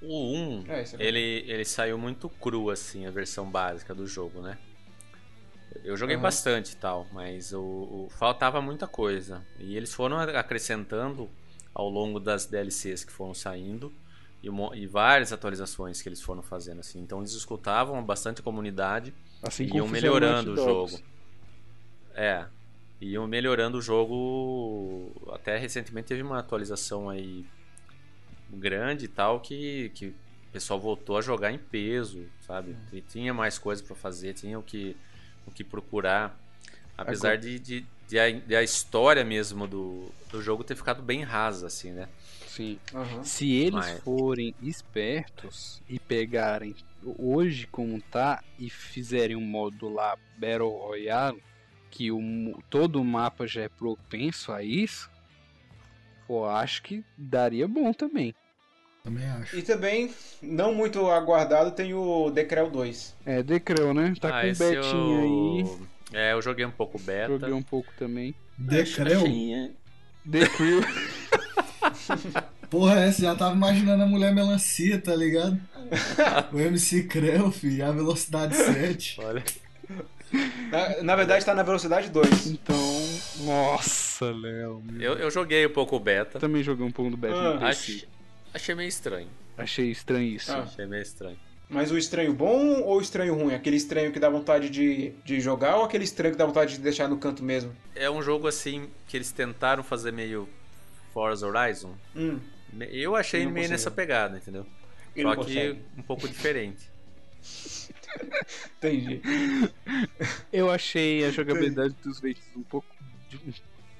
Speaker 3: O 1,
Speaker 1: É, isso é
Speaker 3: ele, ele saiu muito cru, assim, a versão básica do jogo, né? Eu joguei
Speaker 1: Aham.
Speaker 3: bastante e tal, mas o, o- faltava muita coisa. E eles foram a- acrescentando ao longo das DLCs que foram saindo e, mo- e várias atualizações que eles foram fazendo, assim. Então eles escutavam bastante a comunidade
Speaker 11: Assim
Speaker 3: e
Speaker 11: como
Speaker 3: iam
Speaker 11: fizeram
Speaker 3: melhorando o
Speaker 11: Watch Dogs.
Speaker 3: jogo. É. Iam melhorando o jogo. Até recentemente teve uma atualização aí grande e tal que, que o pessoal voltou a jogar em peso, sabe? E tinha mais coisas para fazer, tinha o que, o que procurar. Apesar
Speaker 11: Agora-
Speaker 3: de, de, de a, de a história mesmo do, do jogo ter ficado bem rasa, assim, né?
Speaker 2: Sim.
Speaker 3: Ah.
Speaker 2: Se eles forem espertos e pegarem hoje como tá e fizerem um modo lá Battle Royale, que o, mu- todo o mapa já é propenso a isso, eu acho que daria bom também.
Speaker 5: Também acho.
Speaker 1: E também, não muito aguardado, tem o Decreu 2.
Speaker 2: É, Decreu, né? Tá com o
Speaker 3: Ah, esse eu-
Speaker 2: Betinho
Speaker 3: É, eu joguei um pouco beta.
Speaker 2: Joguei um pouco também.
Speaker 5: Decreu?
Speaker 2: Decreu.
Speaker 5: Porra, é essa já tava imaginando a mulher melancia, tá ligado? O MC Creu, filho, a velocidade 7.
Speaker 3: Olha.
Speaker 1: Na, na verdade, tá na velocidade 2.
Speaker 2: Então. Nossa, Léo.
Speaker 3: Eu, eu Ah, joguei um pouco beta.
Speaker 2: Também joguei um pouco do Betinho. no PC.
Speaker 3: Ach- Achei meio estranho.
Speaker 2: Achei estranho isso.
Speaker 1: Ah.
Speaker 3: Achei meio estranho.
Speaker 1: Mas o estranho bom ou o estranho ruim? Aquele estranho que dá vontade de, de jogar ou aquele estranho que dá vontade de deixar no canto mesmo?
Speaker 3: É um jogo assim que eles tentaram fazer meio Forza Horizon.
Speaker 1: Hum.
Speaker 3: Me- Eu achei
Speaker 1: Ele não
Speaker 3: meio
Speaker 1: consegue.
Speaker 3: nessa pegada, entendeu?
Speaker 1: Ele
Speaker 3: Só
Speaker 1: não
Speaker 3: que
Speaker 1: consegue.
Speaker 3: um pouco diferente.
Speaker 1: Entendi.
Speaker 2: Eu achei a jogabilidade dos veículos um pouco, de- um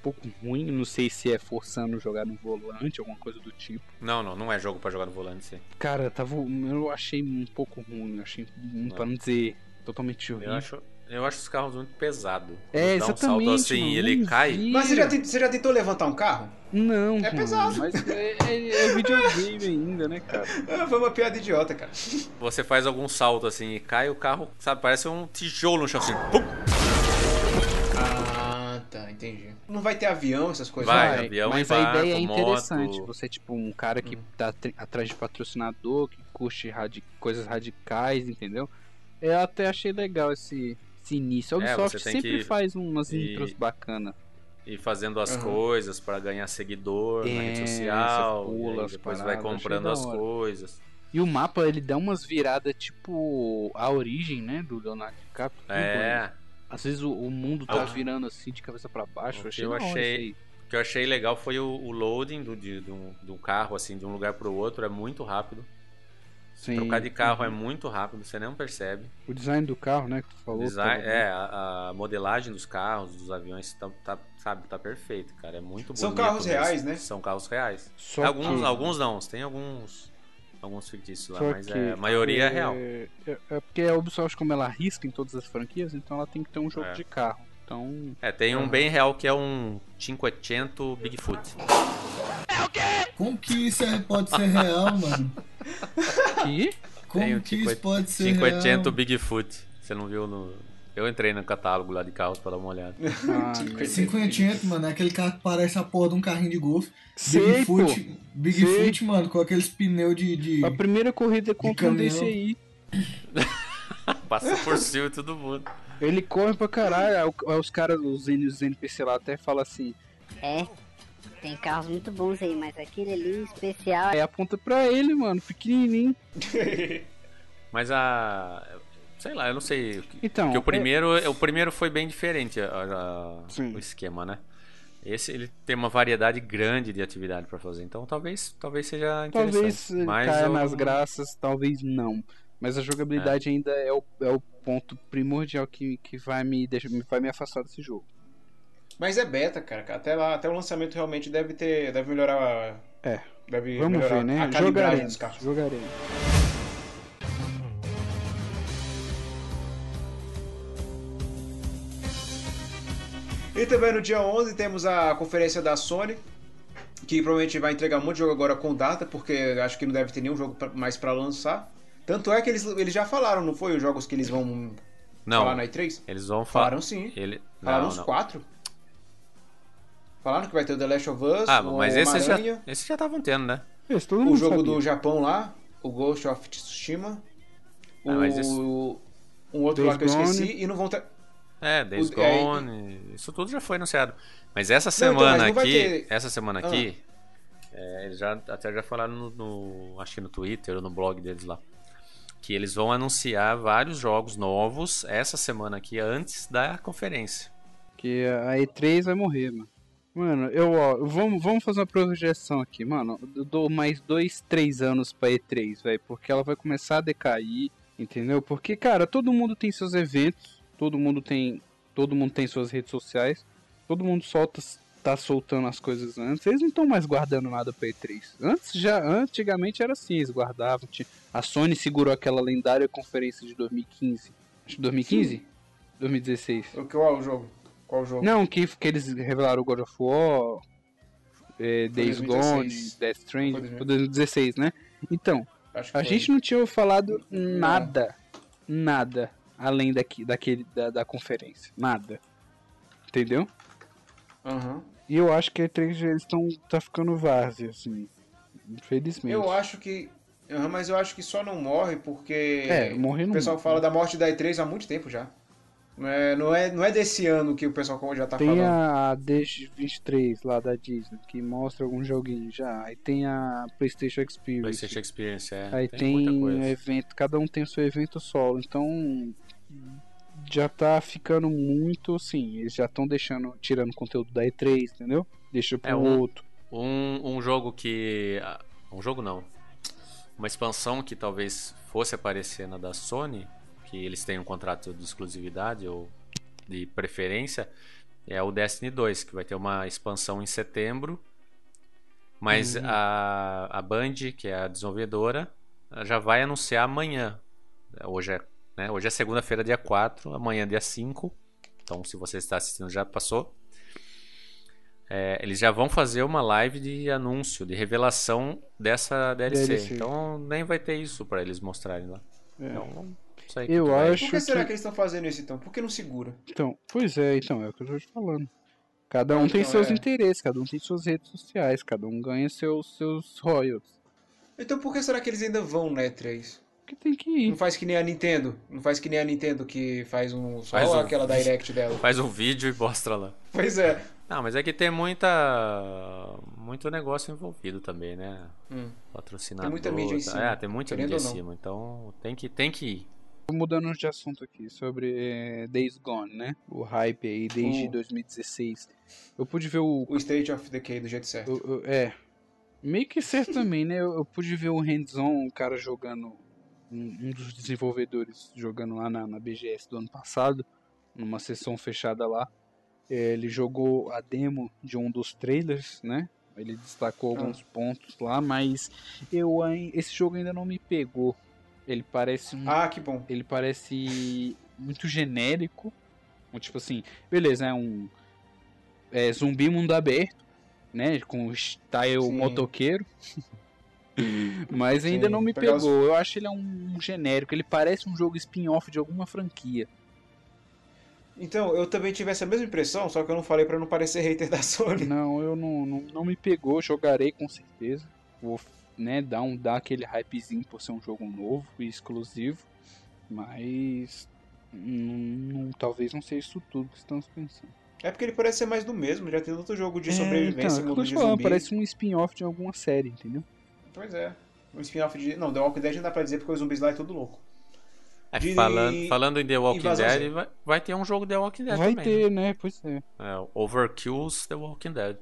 Speaker 2: pouco ruim. Não sei se é forçando jogar no volante, alguma coisa do tipo.
Speaker 3: Não, não, não é jogo pra jogar no volante, sim.
Speaker 2: Cara, tava, eu achei um pouco ruim. eu Achei, um- pra não dizer, totalmente
Speaker 3: Ah. Eu
Speaker 2: horrível.
Speaker 3: acho, eu acho os carros muito pesados.
Speaker 2: Uhum. É,
Speaker 3: Dá um salto
Speaker 2: exatamente,
Speaker 3: assim
Speaker 2: mano,
Speaker 3: e ele
Speaker 2: não
Speaker 3: cai.
Speaker 2: vi.
Speaker 1: Mas você já, tent- você já tentou levantar um carro?
Speaker 2: Não,
Speaker 1: É
Speaker 2: mano,
Speaker 1: pesado.
Speaker 2: Mas é, é- é videogame ainda, né, cara?
Speaker 1: Ah, Foi uma piada idiota, cara.
Speaker 3: Você faz algum salto assim e cai o carro, sabe? Parece um tijolo no chão assim. Pum!
Speaker 1: Ah, tá, entendi. Não vai ter avião, essas coisas?
Speaker 3: Vai,
Speaker 1: né?
Speaker 3: avião
Speaker 2: mas
Speaker 3: e
Speaker 2: a
Speaker 3: barco,
Speaker 2: ideia é
Speaker 3: moto. Hum.
Speaker 2: interessante. Você é tipo um cara que tá atri- atrás de patrocinador, que curte radi- coisas radicais, entendeu? Eu até achei legal esse, esse início. A
Speaker 3: É,
Speaker 2: Ubisoft
Speaker 3: você tem
Speaker 2: sempre
Speaker 3: que-
Speaker 2: faz umas
Speaker 3: e-
Speaker 2: intros bacanas.
Speaker 3: E fazendo as
Speaker 2: Aham.
Speaker 3: coisas pra ganhar seguidor na
Speaker 2: É,
Speaker 3: rede social.
Speaker 2: você pula
Speaker 3: e aí
Speaker 2: as
Speaker 3: depois
Speaker 2: paradas,
Speaker 3: vai
Speaker 2: achei
Speaker 3: comprando
Speaker 2: da
Speaker 3: as
Speaker 2: hora.
Speaker 3: coisas.
Speaker 2: E o mapa, ele dá umas viradas, tipo a origem, né, do Leonardo DiCaprio.
Speaker 3: É.
Speaker 2: Quando- Às vezes o, o mundo tá
Speaker 3: Ah.
Speaker 2: virando assim, de cabeça pra baixo.
Speaker 3: O que
Speaker 2: achei
Speaker 3: eu
Speaker 2: da hora isso
Speaker 3: achei,
Speaker 2: aí.
Speaker 3: o que eu achei legal foi o, o loading do, de, de um, de um carro, assim, de um lugar pro outro, é muito rápido.
Speaker 2: Sim.
Speaker 3: Trocar de carro é
Speaker 2: Uhum.
Speaker 3: muito rápido, você não percebe.
Speaker 2: O design do carro, né, que tu falou.
Speaker 3: Design,
Speaker 2: tava-
Speaker 3: é, a, a modelagem dos carros, dos aviões, tá, tá- sabe, tá perfeito, cara. É muito
Speaker 1: São
Speaker 3: bonito
Speaker 1: carros
Speaker 3: mesmo.
Speaker 1: reais, né?
Speaker 3: São carros reais.
Speaker 2: Só
Speaker 3: alguns,
Speaker 2: que-
Speaker 3: alguns não, tem alguns. Alguns fictícios lá,
Speaker 2: Só
Speaker 3: mas
Speaker 2: que,
Speaker 3: é, a maioria é real.
Speaker 2: É, é porque a Ubisoft, como ela arrisca em todas as franquias, então ela tem que ter um jogo
Speaker 3: É.
Speaker 2: de carro. Então.
Speaker 3: É, tem um bem real que é um 500 Bigfoot.
Speaker 5: Como que isso é- pode ser real, mano?
Speaker 2: Que?
Speaker 5: Como
Speaker 1: um
Speaker 3: Tem o
Speaker 5: que isso
Speaker 3: 500
Speaker 5: pode ser
Speaker 3: 500
Speaker 5: real?
Speaker 3: Bigfoot. Você não viu no. Eu entrei no catálogo lá de carros pra dar uma olhada.
Speaker 2: ah,
Speaker 5: Cinquentinhento, mano, é aquele carro que parece a porra de um carrinho de golfe.
Speaker 2: Sei,
Speaker 5: Bigfoot,
Speaker 2: pô.
Speaker 5: Bigfoot, mano, com aqueles pneus de. de...
Speaker 2: A primeira corrida contra um
Speaker 5: caminhão.
Speaker 2: desse aí.
Speaker 3: Passa por cima de todo mundo.
Speaker 2: Ele corre pra caralho. aí o- aí Os caras, os N- os NPC lá até falam assim.
Speaker 12: É, tem carros muito bons aí, mas aquele ali especial
Speaker 2: Aí aponta pra ele, mano, pequenininho.
Speaker 3: Mas a. Sei lá, eu não sei. o que-
Speaker 2: Então,
Speaker 3: Porque o
Speaker 2: é-
Speaker 3: primeiro, o primeiro foi bem diferente a- a- o esquema, né? Esse ele tem uma variedade grande de atividade pra fazer, então talvez, talvez seja é interessante.
Speaker 2: Talvez eh,
Speaker 3: Mas
Speaker 2: caia
Speaker 3: eu
Speaker 2: nas
Speaker 3: não-
Speaker 2: graças, talvez não. Mas a jogabilidade ainda é o, é o ponto primordial que, que vai, me deixar, vai me afastar desse jogo.
Speaker 1: Mas é beta, cara. Até lá, até o lançamento realmente deve ter. Deve melhorar. a-
Speaker 2: É.
Speaker 1: Deve
Speaker 2: Vamos
Speaker 1: melhorar
Speaker 2: ver, né?
Speaker 1: a calibragem
Speaker 2: Jogaremos.
Speaker 1: dos carros.
Speaker 2: Jogaremos.
Speaker 1: E também no dia 11 temos a conferência da Sony, que provavelmente vai entregar um monte de jogo agora com data, porque acho que não deve ter nenhum jogo pra- mais pra lançar. Tanto é que eles, eles já falaram, não foi? Os jogos que eles vão
Speaker 3: Não.
Speaker 1: falar na E3?
Speaker 3: Eles vão falar.
Speaker 1: Falaram sim.
Speaker 3: Ele...
Speaker 1: Falaram
Speaker 3: não,
Speaker 1: uns
Speaker 3: não.
Speaker 1: quatro. Falaram que vai ter o The Last of Us,
Speaker 3: Ah,
Speaker 1: o
Speaker 3: mas esses já
Speaker 1: Homem-Aranha,
Speaker 3: esses já estavam tendo, né?
Speaker 1: o jogo do Japão lá, o Ghost of Tsushima,
Speaker 3: Ah, mas
Speaker 1: o-
Speaker 3: esse-
Speaker 1: um outro
Speaker 3: Days
Speaker 1: lá que eu esqueci,
Speaker 3: Gone.
Speaker 1: e não vão ter...
Speaker 3: É, Days
Speaker 1: O- é,
Speaker 3: Gone, isso tudo já foi anunciado. Mas essa
Speaker 1: Não, então, mas
Speaker 3: semana
Speaker 1: não vai
Speaker 3: aqui,
Speaker 1: ter-
Speaker 3: essa semana
Speaker 1: Ah.
Speaker 3: aqui, É, eles já, até já falaram no, no- Acho que no Twitter ou no blog deles lá. Que eles vão anunciar vários jogos novos essa semana aqui, antes da conferência.
Speaker 2: Que a E3 vai morrer, mano. Mano, eu, ó, vamos, vamos fazer uma projeção aqui, mano. Eu dou mais dois, três anos pra E3, velho, porque ela vai começar a decair, entendeu? Porque, cara, todo mundo tem seus eventos, todo mundo tem, todo mundo tem suas redes sociais, todo mundo solta, tá soltando as coisas antes. Eles não estão mais guardando nada pra E3. Antes já, antigamente era assim, eles guardavam. ti- A Sony segurou aquela lendária conferência de 2015. Acho que 2015? 2016.
Speaker 1: O que qual é o jogo? Qual o jogo?
Speaker 2: Não, que, que eles revelaram God of War,
Speaker 1: Foi
Speaker 2: é, Days
Speaker 1: 2016.
Speaker 2: Gone, Death Stranding,
Speaker 1: Foi
Speaker 2: foi 2016, né? Então,
Speaker 1: Acho que
Speaker 2: a
Speaker 1: foi.
Speaker 2: gente não tinha falado nada, nada, além daqui, daquele, da, da conferência, nada. Entendeu?
Speaker 1: Aham.
Speaker 2: E eu acho que a E3 já estão, tá ficando várzea, assim, infelizmente.
Speaker 1: Eu acho que. Aham, Mas eu acho que só não morre porque.
Speaker 2: É, morrer não
Speaker 1: O pessoal
Speaker 2: morre.
Speaker 1: fala da morte da E3 há muito tempo já. Não é, não é, não é desse ano que o pessoal já tá
Speaker 2: Tem
Speaker 1: falando.
Speaker 2: a DX23 lá da Disney, que mostra alguns joguinhos já. Aí tem a PlayStation Experience.
Speaker 3: PlayStation Experience, é.
Speaker 2: Aí tem,
Speaker 3: muita
Speaker 2: um
Speaker 3: coisa.
Speaker 2: evento, cada um tem o seu evento solo, então já tá ficando muito assim, eles já estão deixando, tirando conteúdo da E3, entendeu? Deixa pro
Speaker 3: É, um-
Speaker 2: outro.
Speaker 3: Um, um jogo que. ah, Um jogo não. Uma expansão que talvez fosse aparecer na da Sony, que eles têm um contrato de exclusividade ou de preferência, é o Destiny 2, que vai ter uma expansão em setembro. Mas
Speaker 11: Hum.
Speaker 3: a, a Band, que é a desenvolvedora, ela já vai anunciar amanhã. Hoje é, né, hoje é segunda-feira, dia 4, amanhã, dia 5. Então, se você está assistindo, já passou. É, eles já vão fazer uma live de anúncio, de revelação dessa DLC.
Speaker 2: DLC.
Speaker 3: Então nem vai ter isso pra eles mostrarem lá.
Speaker 2: É.
Speaker 3: Então, não sei
Speaker 2: Eu
Speaker 3: que vai-
Speaker 2: acho
Speaker 1: Por que será
Speaker 2: que-
Speaker 1: que eles estão fazendo isso então? Por que não segura?
Speaker 2: Então, pois é, então é o que eu tô te falando. Cada um
Speaker 1: Então,
Speaker 2: tem seus
Speaker 1: é.
Speaker 2: interesses, cada um tem suas redes sociais, cada um ganha seus seus royalties.
Speaker 1: Então por que será que eles ainda vão na E3?
Speaker 2: Porque tem que ir.
Speaker 1: Não faz que nem a Nintendo. Não faz que nem a Nintendo que faz um. Só
Speaker 3: Faz um-
Speaker 1: aquela direct dela.
Speaker 3: Faz um vídeo e mostra lá.
Speaker 1: Pois é.
Speaker 3: Não, mas é que tem muita. Muito negócio envolvido também, né?
Speaker 1: Hum.
Speaker 3: Patrocinador.
Speaker 1: Tem muita mídia em
Speaker 3: tá?
Speaker 1: cima,
Speaker 3: É, tem muita
Speaker 1: querendo
Speaker 3: mídia em
Speaker 1: ou não.
Speaker 3: cima. Então tem que, tem que ir.
Speaker 2: Tô Mudando de assunto aqui sobre eh, Days Gone, né? O hype aí desde
Speaker 3: Hum.
Speaker 1: O-
Speaker 2: 2016. Eu pude ver o
Speaker 1: O State of Decay do jeito certo.
Speaker 2: Eu- eu- é. Meio que certo também, né? Eu, eu pude ver o hands-on, um cara jogando. Um, um dos desenvolvedores jogando lá na, na BGS do ano passado, numa sessão fechada lá. É, Ele jogou a demo de um dos trailers, né? Ele destacou
Speaker 11: Ah.
Speaker 2: alguns pontos lá, mas eu ai- esse jogo ainda não me pegou. Ele parece um-
Speaker 1: Ah, que bom.
Speaker 2: Ele parece muito genérico. Um Tipo assim, beleza, é um é, zumbi mundo aberto, né? Com style
Speaker 11: Sim.
Speaker 2: motoqueiro. Mas ainda
Speaker 11: Sim,
Speaker 2: não me
Speaker 11: pegar
Speaker 2: pegou.
Speaker 11: os-
Speaker 2: Eu acho ele é um genérico. Ele parece um jogo spin-off de alguma franquia.
Speaker 1: Então, eu também tive essa mesma impressão, só que eu não falei pra não parecer hater da Sony.
Speaker 2: Não, eu não, não, não me pegou. Jogarei com certeza. Vou né, dar, um, dar aquele hypezinho por ser um jogo novo e exclusivo. Mas. não- não- talvez não seja isso tudo que estamos pensando.
Speaker 1: É porque ele parece ser mais do mesmo, já tem outro jogo de
Speaker 2: é,
Speaker 1: sobrevivência,
Speaker 2: então, é o que eu
Speaker 1: mundo
Speaker 2: tô
Speaker 1: de
Speaker 2: te falando,
Speaker 1: zumbi.
Speaker 2: parece um spin-off de alguma série, entendeu?
Speaker 1: Pois é. Um spin-off de. Não, The Walking Dead não dá pra dizer porque os zumbis lá é tudo louco.
Speaker 3: É,
Speaker 1: De- assim.
Speaker 3: falando, falando em The Walking
Speaker 1: Invasão
Speaker 3: Dead,
Speaker 1: Z.
Speaker 3: vai, vai ter um jogo The Walking Dead
Speaker 2: Vai
Speaker 3: também.
Speaker 2: ter, né? Pois é.
Speaker 3: né? É, Overkill's The Walking Dead.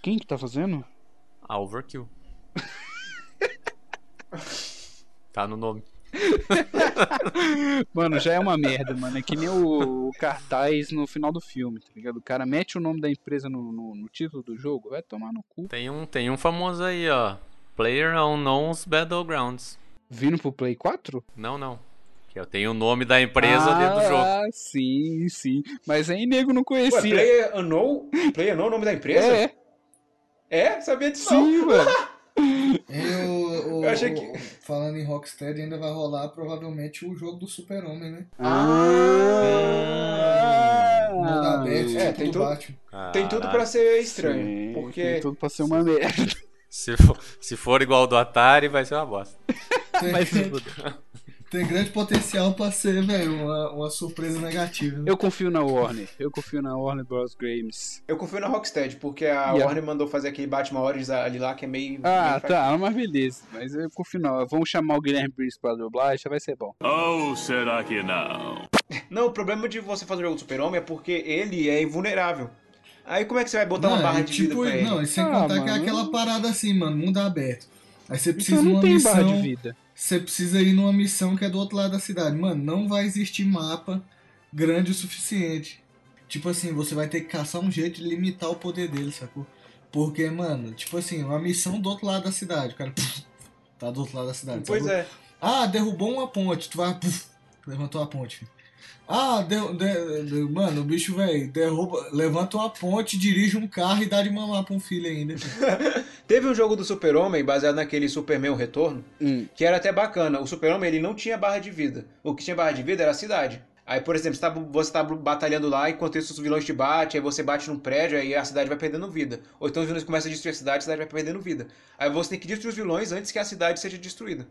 Speaker 2: Quem que tá fazendo?
Speaker 3: A Overkill. tá no nome.
Speaker 2: mano, já é uma merda, mano. É que nem o, o cartaz no final do filme, tá ligado? O cara mete o nome da empresa no, no- no título do jogo, vai tomar no cu.
Speaker 3: Tem um, tem um famoso aí, ó. Player Unknown's Battlegrounds.
Speaker 2: Vindo pro Play 4?
Speaker 3: Não, não. Que eu tenho o nome da empresa
Speaker 2: ah,
Speaker 3: dentro do jogo.
Speaker 2: sim, sim. Mas aí nego não conhecia.
Speaker 1: Ué, Player Unknown? Player Unknown é o nome da empresa?
Speaker 2: É.
Speaker 1: É? Sabia disso não.
Speaker 2: Sim, mano.
Speaker 5: Eu,
Speaker 1: Eu achei que-
Speaker 5: É, Falando em Rocksteady, ainda vai rolar provavelmente o jogo do Super-Homem, né?
Speaker 2: Ah,
Speaker 5: Mundo aberto,
Speaker 1: É,
Speaker 5: tipo
Speaker 1: tem
Speaker 5: do
Speaker 1: tudo-
Speaker 5: Batman.
Speaker 1: Tem tudo pra ser estranho, porque-
Speaker 2: Tem tudo pra ser uma merda. tipo-
Speaker 3: Se for, se for igual ao do Atari, vai ser uma bosta.
Speaker 5: Mas... Tem grande potencial pra ser, velho, uma, uma surpresa negativa. né?
Speaker 2: Eu confio na Warner. Eu confio na Warner Bros. Games.
Speaker 1: Eu confio na Rocksteady, porque a
Speaker 2: Yeah.
Speaker 1: Warner mandou fazer aquele Batman Origins ali lá, que é meio...
Speaker 2: Ah,
Speaker 1: meio
Speaker 2: tá, mas beleza. Mas eu confio na. Vamos chamar o Guilherme Briggs pra dublar, já vai ser bom.
Speaker 5: Então
Speaker 11: Ou será que não?
Speaker 1: Não, o problema de você fazer o jogo do super-homem é porque ele é invulnerável. Aí como é que você vai botar uma
Speaker 5: Não,
Speaker 1: barra
Speaker 5: e
Speaker 1: de
Speaker 5: tipo,
Speaker 1: vida pra ele?
Speaker 5: Não, e
Speaker 2: Ah,
Speaker 5: sem contar que é aquela parada assim, mano, mundo aberto. Aí você precisa
Speaker 2: não
Speaker 5: de uma
Speaker 2: tem
Speaker 5: missão.
Speaker 2: barra de vida.
Speaker 5: Você precisa ir numa missão que é do outro lado da cidade. Mano, não vai existir mapa grande o suficiente. Tipo assim, você vai ter que caçar um jeito de limitar o poder dele, sacou? Porque, mano, tipo assim, uma missão do outro lado da cidade, o cara. puf, tá do outro lado da cidade.
Speaker 1: Pois
Speaker 5: sacou?
Speaker 1: é.
Speaker 5: Ah, derrubou uma ponte, tu vai. puf, levantou a ponte, filho. Ah, der- der- der- mano, o bicho, velho, derruba, levanta uma ponte, dirige um carro e dá de mamar pra um filho ainda.
Speaker 1: Teve um jogo do Super-Homem baseado naquele Superman O Retorno, que era até bacana. O Super-Homem ele não tinha barra de vida. O que tinha barra de vida era a cidade. Aí, por exemplo, você tá, você tá batalhando lá, enquanto isso os vilões te batem, aí você bate num prédio, aí a cidade vai perdendo vida. Ou então os vilões começam a destruir a cidade, a cidade vai perdendo vida. Aí você tem que destruir os vilões antes que a cidade seja destruída.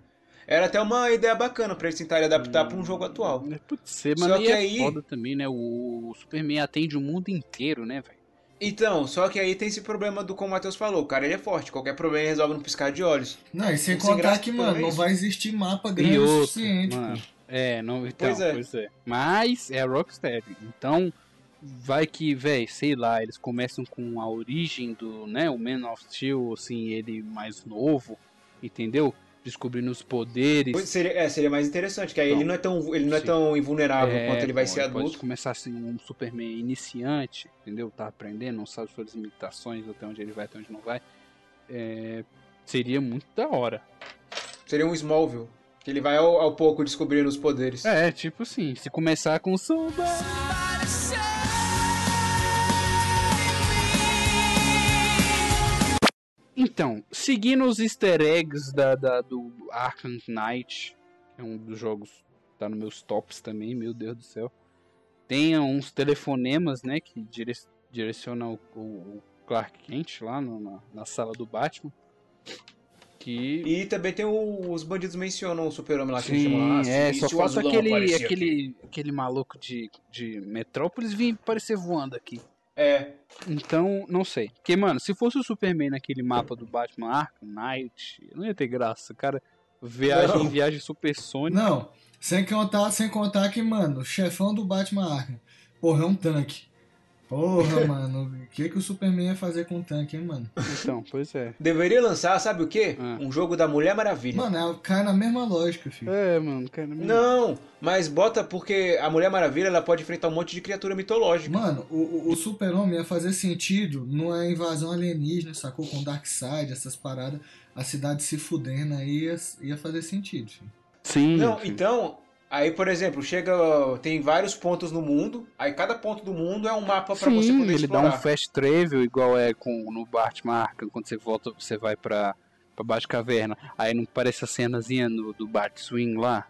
Speaker 1: Era até uma ideia bacana pra eles tentarem adaptar pra um jogo atual.
Speaker 2: Putz, Você, mano,
Speaker 1: Só
Speaker 2: e
Speaker 1: que
Speaker 2: é
Speaker 1: aí...
Speaker 2: foda também, né? O Superman atende o mundo inteiro, né, velho?
Speaker 1: Então, só que aí tem esse problema do como o Matheus falou, o cara ele é forte, qualquer problema ele resolve num piscar de olhos.
Speaker 5: Não, e sem
Speaker 1: Sem
Speaker 5: contar
Speaker 1: graça
Speaker 5: que,
Speaker 1: também. é
Speaker 5: mano, não vai existir mapa grande
Speaker 2: E
Speaker 5: o
Speaker 2: outro,
Speaker 5: É suficiente.
Speaker 2: mano.
Speaker 5: pô.
Speaker 2: É, não, então,
Speaker 1: Pois
Speaker 2: pois
Speaker 1: é.
Speaker 2: é. Mas é a Rocksteady. Então, vai que, véi, sei lá, eles começam com a origem do, né, o Man of Steel, assim, ele mais novo, entendeu? Descobrindo os poderes.
Speaker 1: Pois seria, é, seria mais interessante, que aí
Speaker 2: Então,
Speaker 1: ele não é tão, ele não é
Speaker 2: sim.
Speaker 1: tão invulnerável
Speaker 2: É,
Speaker 1: quanto ele vai
Speaker 2: pô,
Speaker 1: ser
Speaker 2: pode
Speaker 1: adulto.
Speaker 2: começar assim um Superman iniciante, entendeu? Tá aprendendo, não sabe suas limitações, até onde ele vai, até onde não vai. É, seria muito da hora.
Speaker 1: Seria um Smallville, que ele vai ao, ao pouco descobrindo os poderes.
Speaker 2: É, tipo assim, se começar com Samba. Então, seguindo os easter eggs da, da- do Arkham Knight, que é um dos jogos que tá nos meus tops também, meu Deus do céu. Tem uns telefonemas, né, que dire, direcionam o, o Clark Kent lá no- na, na sala do Batman. Que
Speaker 1: E também tem o- os bandidos mencionam o super-homem lá que eles chamam lá. assim,
Speaker 2: Sim, é,
Speaker 1: se-
Speaker 2: só
Speaker 1: se o
Speaker 2: falta
Speaker 1: azulão
Speaker 2: aquele,
Speaker 1: aparecer aqui.
Speaker 2: aquele, aquele maluco de, de Metrópolis vir parecer voando aqui.
Speaker 1: É.
Speaker 2: Então, não sei. Porque, mano, se fosse o Superman naquele mapa do Batman Arkham Knight, não ia ter graça. Cara, viagem,
Speaker 5: Não.
Speaker 2: viagem supersônica.
Speaker 5: Não, sem contar, sem contar que, mano, o chefão do Batman Arkham, porra, é um tanque. Porra, mano, o que, que o Superman ia fazer com um tanque, hein, mano?
Speaker 2: Então, pois é.
Speaker 1: Deveria lançar, sabe o quê?
Speaker 2: Ah.
Speaker 1: Um jogo da Mulher Maravilha.
Speaker 5: Mano, é- cai na mesma lógica, filho.
Speaker 2: É, mano, cai na
Speaker 1: Não, mas bota porque a Mulher Maravilha ela pode enfrentar um monte de criatura mitológica.
Speaker 5: Mano, o, o- o super-homem ia fazer sentido numa invasão alienígena, sacou? Com Darkseid, essas paradas, a cidade se fudendo, aí ia, ia fazer sentido, filho.
Speaker 2: Sim.
Speaker 1: Não, então, aí, por exemplo, chega. Tem vários pontos no mundo, aí cada ponto do mundo é um mapa pra você
Speaker 2: Sim,
Speaker 1: poder
Speaker 2: ele
Speaker 1: explorar.
Speaker 2: dá um fast travel igual é com no Batman Arkham, quando você volta, você vai pra, pra Batcaverna. Aí não parece a cenazinha no- do Batswing lá?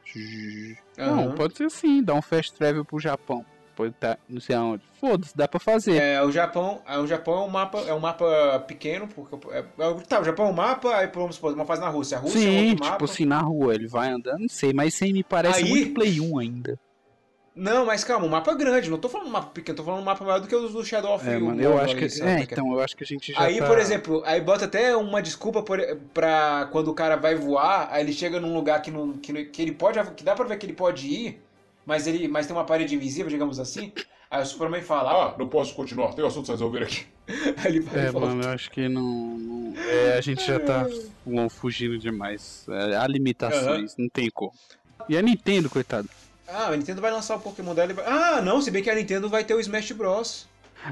Speaker 2: Não,
Speaker 1: Aham.
Speaker 2: pode ser assim, dá um fast travel pro Japão. Pode tá, não sei aonde. Foda-se, dá pra fazer.
Speaker 1: É, o Japão, é, o Japão é um mapa, é um mapa pequeno, porque é, é- tá, o Japão é um mapa, aí vamos supor, uma fase na Rússia, a Rússia é
Speaker 2: Sim,
Speaker 1: outro mapa.
Speaker 2: tipo assim, na rua ele vai andando, não sei, mas isso aí me parece
Speaker 1: Aí-
Speaker 2: muito Play 1 ainda.
Speaker 1: Não, mas calma, um mapa grande, não tô falando um mapa pequeno, tô falando um mapa maior do que os do Shadow of
Speaker 2: É,
Speaker 1: War,
Speaker 2: mano, eu acho
Speaker 1: ali, tá
Speaker 2: que.
Speaker 1: sabe?
Speaker 2: É, então, eu acho que a gente já.
Speaker 1: Aí,
Speaker 2: tá-
Speaker 1: por exemplo, aí bota até uma desculpa por, pra quando o cara vai voar, aí ele chega num lugar que, não, que, não- que ele pode, que dá pra ver que ele pode ir, mas ele, mas tem uma parede invisível, digamos assim. Aí o Superman fala, ó, Ah, não posso continuar, tem um assunto a resolver aqui. Aí ele vai e
Speaker 2: É,
Speaker 1: volta.
Speaker 2: mano, eu acho que não. não- é, a gente já tá bom, fugindo demais. É, há limitações, não tem como. E a Nintendo, coitado.
Speaker 1: Ah, a Nintendo vai lançar o Pokémon dela e vai... Ah, não, se bem que a Nintendo vai ter o Smash Bros.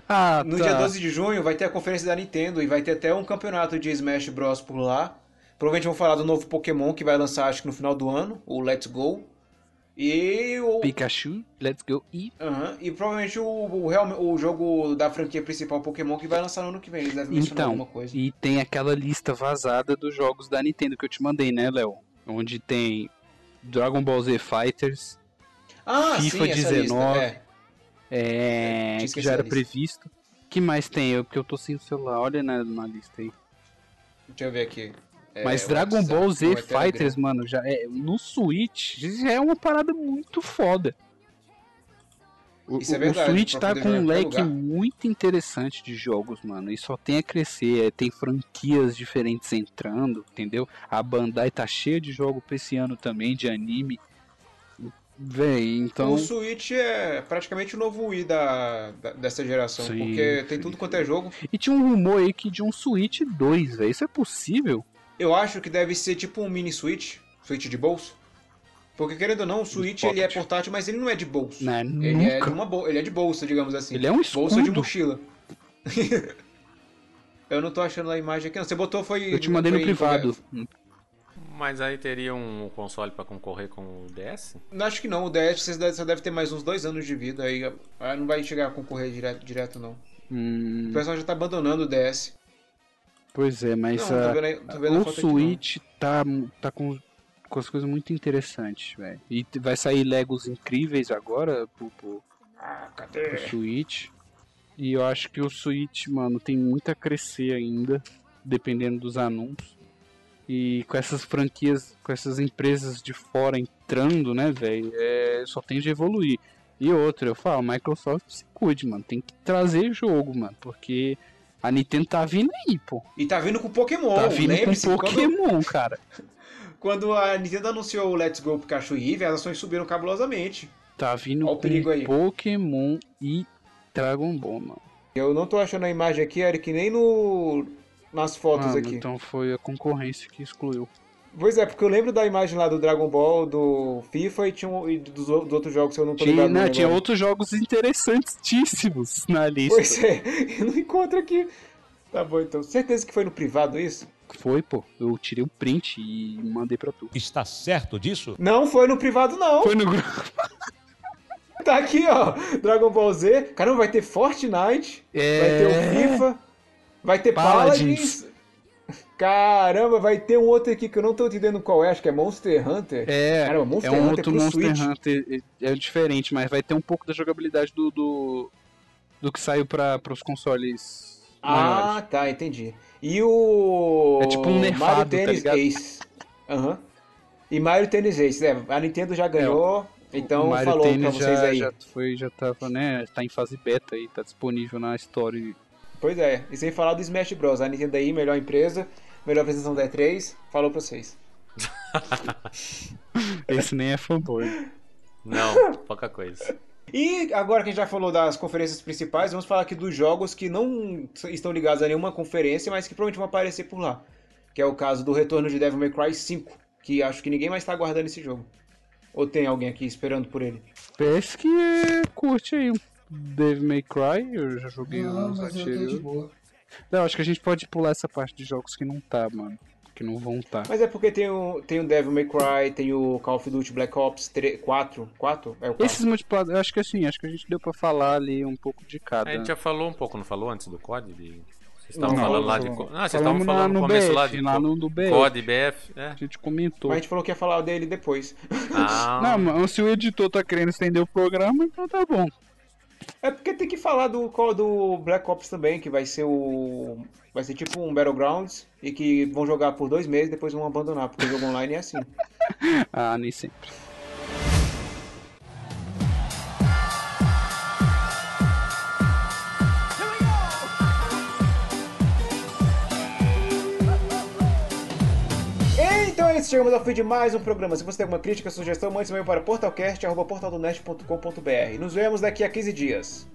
Speaker 2: Ah,
Speaker 1: No
Speaker 2: tá.
Speaker 1: dia 12 de junho vai ter a conferência da Nintendo e vai ter até um campeonato de Smash Bros por lá. Provavelmente vão falar do novo Pokémon que vai lançar acho que no final do ano, o Let's Go. E o
Speaker 2: Pikachu, let's go e.
Speaker 1: Aham, e provavelmente o, o, real- o jogo da franquia principal Pokémon que vai lançar no ano que vem. Eles devem mencionar alguma
Speaker 2: Então,
Speaker 1: coisa.
Speaker 2: e tem aquela lista vazada dos jogos da Nintendo que eu te mandei, né, Léo? Onde tem Dragon Ball Z Fighters,
Speaker 1: Ah,
Speaker 2: FIFA
Speaker 1: sim, essa
Speaker 2: 19,
Speaker 1: lista.
Speaker 2: é,
Speaker 1: tinha
Speaker 2: que
Speaker 1: esquecido
Speaker 2: já era
Speaker 1: da lista.
Speaker 2: previsto. que mais tem? Eu, porque eu tô sem o celular, olha na, na lista aí.
Speaker 1: É. Deixa eu ver aqui.
Speaker 2: Mas
Speaker 1: o
Speaker 2: Dragon
Speaker 1: WhatsApp,
Speaker 2: Ball
Speaker 1: o
Speaker 2: Z
Speaker 1: Telegram.
Speaker 2: Fighters, mano, já é, no Switch já é uma parada muito foda. O,
Speaker 1: Isso é
Speaker 2: o-
Speaker 1: verdade,
Speaker 2: o Switch
Speaker 1: pra
Speaker 2: tá
Speaker 1: poder
Speaker 2: com
Speaker 1: jogar em
Speaker 2: um
Speaker 1: qualquer
Speaker 2: leque
Speaker 1: lugar.
Speaker 2: muito interessante de jogos, mano. E só tem a crescer, é, tem franquias diferentes entrando, entendeu? A Bandai tá cheia de jogo pra esse ano também, de anime. Véi, então.
Speaker 1: O Switch é praticamente o novo Wii da, da- dessa geração,
Speaker 2: Sim,
Speaker 1: porque tem tudo quanto é jogo.
Speaker 2: E tinha um rumor aí que de um Switch 2, velho. Isso é possível?
Speaker 1: Eu acho que deve ser tipo um mini Switch, Switch de bolso. Porque querendo ou não, o Switch ele é portátil, mas ele não é de bolso.
Speaker 2: Não,
Speaker 1: ele é
Speaker 2: Né, nunca.
Speaker 1: de uma bol- ele é de bolsa, digamos assim.
Speaker 2: Ele é um
Speaker 1: Bolsa de
Speaker 2: escudo.
Speaker 1: mochila. Eu não tô achando a imagem aqui, não. Você botou foi
Speaker 2: Eu te mandei no
Speaker 1: foi-
Speaker 2: privado.
Speaker 3: Mas aí teria um console pra concorrer com o DS?
Speaker 1: é, Não, Acho que não, o DS você deve- só deve ter mais uns dois anos de vida aí. ah, Não vai chegar a concorrer direto, direto não.
Speaker 2: Hum,
Speaker 1: O pessoal já tá abandonando o DS.
Speaker 2: pois é, mas
Speaker 1: Não, tô
Speaker 2: ah,
Speaker 1: vendo aí- tô vendo a
Speaker 2: o
Speaker 1: foto aqui, não.
Speaker 2: Switch tá, tá com, com as coisas muito interessantes, velho. E t- vai sair Legos incríveis agora pro, pro,
Speaker 1: Ah,
Speaker 2: pro Switch. E eu acho que o Switch, mano, tem muito a crescer ainda, dependendo dos anúncios. E com essas franquias, com essas empresas de fora entrando, né, velho, é, só tem de evoluir. E outra, eu falo, Microsoft se cuide, mano, tem que trazer jogo, mano, porque a Nintendo tá vindo aí, pô.
Speaker 1: E tá vindo com Pokémon,
Speaker 2: Tá vindo
Speaker 1: lembre-se.
Speaker 2: com
Speaker 1: quando,
Speaker 2: Pokémon, cara.
Speaker 1: quando a Nintendo anunciou o Let's Go Pikachu e Eevee, as ações subiram cabulosamente.
Speaker 2: Tá vindo
Speaker 1: Ó o perigo aí.
Speaker 2: com Pokémon e Dragon Ball, mano.
Speaker 1: Eu não tô achando a imagem aqui, Eric, nem no nas fotos
Speaker 2: Mano,
Speaker 1: aqui.
Speaker 2: Então foi a concorrência que excluiu.
Speaker 1: Pois é, porque eu lembro da imagem lá do Dragon Ball, do FIFA e, tinha um- e dos, o- dos outros jogos que eu não tô
Speaker 2: Tinha,
Speaker 1: ligado.
Speaker 2: né,
Speaker 1: não
Speaker 2: tinha
Speaker 1: agora.
Speaker 2: outros jogos interessantíssimos na lista.
Speaker 1: Pois é, eu não encontro aqui. Tá bom, então. Certeza que foi no privado isso?
Speaker 2: Foi, pô. Eu tirei um print e mandei pra tu.
Speaker 13: Está certo disso?
Speaker 1: Não foi no privado, não.
Speaker 2: Foi no grupo.
Speaker 1: Tá aqui, ó. Dragon Ball Z. Caramba, vai ter Fortnite. Vai
Speaker 2: É,
Speaker 1: ter o FIFA. Vai ter Paladins.
Speaker 2: Paladins.
Speaker 1: Caramba, vai ter um outro aqui que eu não tô entendendo qual é. Acho que é Monster Hunter.
Speaker 2: É,
Speaker 1: Caramba, Monster
Speaker 2: é um
Speaker 1: Hunter
Speaker 2: outro
Speaker 1: pro
Speaker 2: Monster
Speaker 1: Switch.
Speaker 2: Hunter. É é diferente, mas vai ter um pouco da jogabilidade do. do, do que saiu pra, pros consoles.
Speaker 1: Ah, tá, entendi. E o.
Speaker 2: É tipo um nerfado,
Speaker 1: Mario
Speaker 2: tá
Speaker 1: Tennis
Speaker 2: ligado?
Speaker 1: Ace. Aham. E Mario Tennis Ace, é. A Nintendo já ganhou, então
Speaker 2: É, o Mario
Speaker 1: falou pra
Speaker 2: Tennis
Speaker 1: vocês
Speaker 2: já,
Speaker 1: aí.
Speaker 2: já foi, já tava, né? Tá em fase beta aí, tá disponível na Store.
Speaker 1: Pois é, e sem falar do Smash Bros. A Nintendo aí, melhor empresa, melhor apresentação da E3, falou pra vocês.
Speaker 2: Esse nem é fanboy.
Speaker 3: Não, pouca coisa.
Speaker 1: E agora que a gente já falou das conferências principais, vamos falar aqui dos jogos que não estão ligados a nenhuma conferência, mas que provavelmente vão aparecer por lá. Que é o caso do retorno de Devil May Cry 5, que acho que ninguém mais tá aguardando esse jogo. Ou tem alguém aqui esperando por ele?
Speaker 2: Parece que é, curte aí. Dave May Cry, eu já joguei
Speaker 5: Não,
Speaker 2: uns
Speaker 5: Ah, mas eu tô de
Speaker 2: anteriores.
Speaker 5: boa.
Speaker 2: Não, acho que a gente pode pular essa parte de jogos que não tá, mano. Que não vão tá.
Speaker 1: Mas é porque tem o, tem o Devil May Cry, tem o Call of Duty Black Ops 3, 4, 4? É o 4.
Speaker 2: Esses multiplayer, eu acho que assim, acho que a gente deu pra falar ali um pouco de cada.
Speaker 3: A gente já falou um pouco, não falou antes do COD? De... Vocês
Speaker 2: Não,
Speaker 3: estavam falando lá de.
Speaker 2: falamos.
Speaker 3: co- Ah, vocês
Speaker 2: Falamos
Speaker 3: estavam
Speaker 2: lá
Speaker 3: falando
Speaker 2: no
Speaker 3: no começo lá
Speaker 2: BF,
Speaker 3: de.
Speaker 2: lá
Speaker 3: co-
Speaker 2: no do BF.
Speaker 3: COD, BF, é.
Speaker 2: A gente comentou.
Speaker 1: Mas a gente falou que ia falar dele depois.
Speaker 3: Ah,
Speaker 2: Não, mas se o editor tá querendo estender o programa, então tá bom.
Speaker 1: É porque tem que falar do Call do Black Ops também, que vai ser o. Vai ser tipo um Battlegrounds e que vão jogar por dois meses depois vão abandonar, porque o jogo online é assim.
Speaker 2: Ah, nem sempre.
Speaker 1: Então é isso, chegamos ao fim de mais um programa. Se você tem alguma crítica, sugestão, mande seu e-mail para portalcast.portaldonet.com.br. Nos vemos daqui a 15 dias.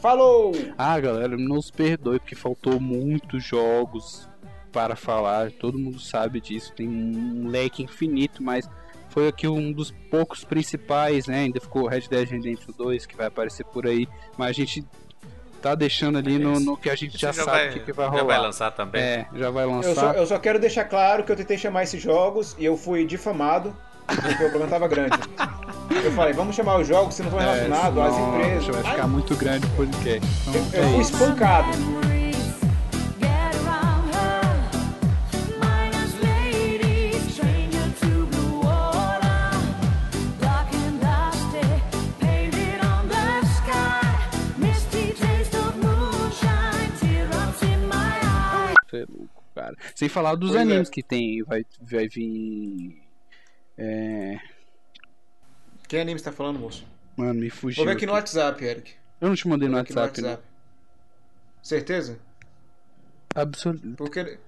Speaker 1: Falou!
Speaker 2: Ah, galera, nos perdoe porque faltou muitos jogos para falar. Todo mundo sabe disso, tem um leque infinito, mas foi aqui um dos poucos principais, né? Ainda ficou Red Dead Redemption 2 que vai aparecer por aí, mas a gente tá deixando ali no, no que a gente já, sabe o que, que vai rolar.
Speaker 3: Já vai lançar também.
Speaker 2: É, já vai lançar.
Speaker 1: Eu só, eu só quero deixar claro que eu tentei chamar esses jogos e eu fui difamado porque o problema tava grande. Eu falei, vamos chamar os jogos se não for
Speaker 2: É,
Speaker 1: relacionado às
Speaker 2: senão
Speaker 1: empresas.
Speaker 2: Vai ficar muito grande o podcast. Então,
Speaker 1: Eu fui espancado.
Speaker 2: Você é louco, cara. cara. Sem falar dos
Speaker 1: Pois é.
Speaker 2: animes que tem, vai, vai vir. É.
Speaker 1: Que anime você tá falando, moço?
Speaker 2: Mano, me fugiu.
Speaker 1: Vou ver aqui
Speaker 2: aqui.
Speaker 1: no WhatsApp, Eric.
Speaker 2: Eu não te mandei no
Speaker 1: Vou ver aqui no
Speaker 2: WhatsApp, né?
Speaker 1: WhatsApp. Certeza?
Speaker 2: Absolutamente.
Speaker 1: Porque.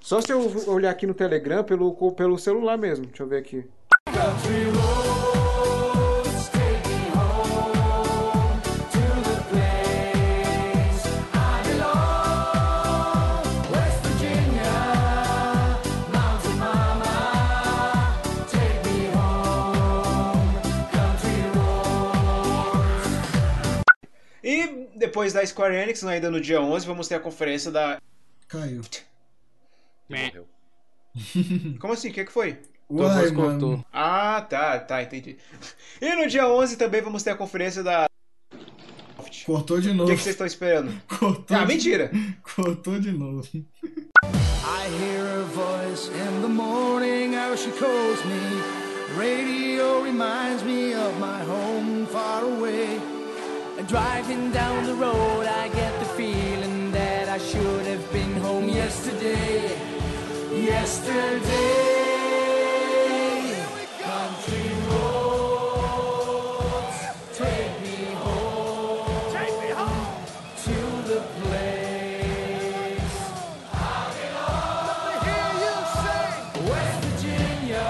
Speaker 1: Só se eu olhar aqui no Telegram pelo, pelo celular mesmo. Deixa eu ver aqui. E depois da Square Enix, né, ainda no dia 11, vamos ter a conferência da.
Speaker 5: Caiu.
Speaker 3: Morreu.
Speaker 1: Como assim? O que, que foi?
Speaker 5: Uai, Tua voz mano. cortou.
Speaker 1: Ah, tá, tá, entendi. E no dia 11 também vamos ter a conferência da.
Speaker 5: Cortou de
Speaker 1: O
Speaker 5: novo.
Speaker 1: que, que vocês estão esperando?
Speaker 5: Cortou
Speaker 1: Ah,
Speaker 5: de-
Speaker 1: mentira!
Speaker 5: Cortou de novo.
Speaker 13: I hear her voice in the morning, how she calls me. Radio reminds me of my home far away. And driving down the road, I get the feeling that I should have been home yesterday. Yesterday, country roads, take me home. Take me home to the place. West Virginia,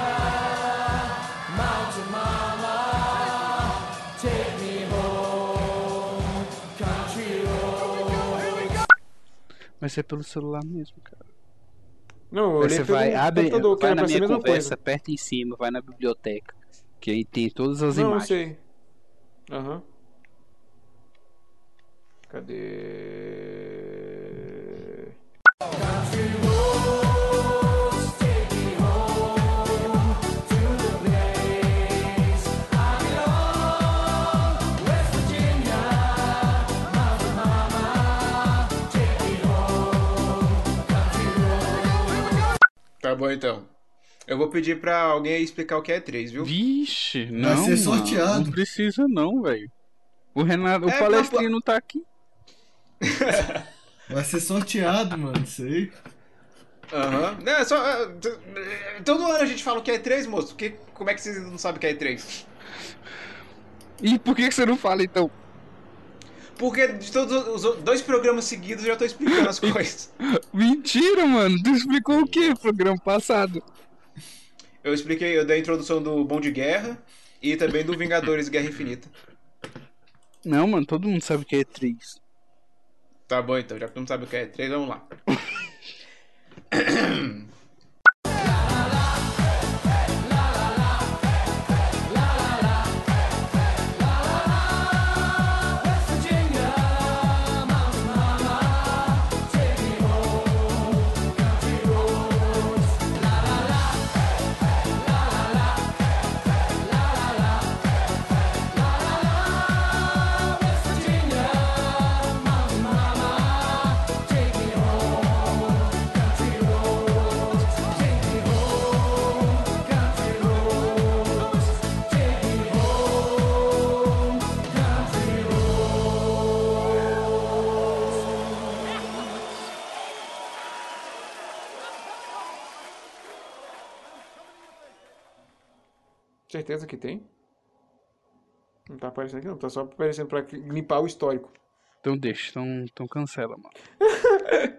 Speaker 13: Mountain Mama, take me home, country road.
Speaker 2: Mas é pelo celular mesmo, cara.
Speaker 1: Não,
Speaker 2: Aí você vai, abre, vai na minha conversa, aperta em cima, vai na biblioteca. Que aí tem todas as
Speaker 1: Não, eu
Speaker 2: imagens.
Speaker 1: sei. Aham. Cadê? Tá bom então. Eu vou pedir pra alguém aí explicar o que é 3, viu?
Speaker 2: Vixe, não.
Speaker 5: Vai ser
Speaker 2: mano,
Speaker 5: sorteado.
Speaker 2: não precisa, não, velho. O Renato, o
Speaker 1: É,
Speaker 2: palestrino tá aqui.
Speaker 5: Vai ser sorteado, mano, isso aí.
Speaker 1: Aham. É, só. ah, t- Todo ano a gente fala o que é 3, moço. Que, como é que vocês não sabem o que é 3?
Speaker 2: E por que que você não fala então?
Speaker 1: Porque de todos os o- dois programas seguidos eu já tô explicando as coisas.
Speaker 2: Mentira, mano. Tu explicou o que programa passado?
Speaker 1: Eu expliquei, eu dei a introdução do Bom de Guerra e também do Vingadores Guerra Infinita.
Speaker 2: Não, mano, todo mundo sabe o que é três.
Speaker 1: Tá bom então, já que tu não sabe o que é 3, vamos lá. Certeza que tem? Não tá aparecendo aqui não, tá só aparecendo pra limpar o histórico.
Speaker 2: Então deixa, então, então cancela, mano.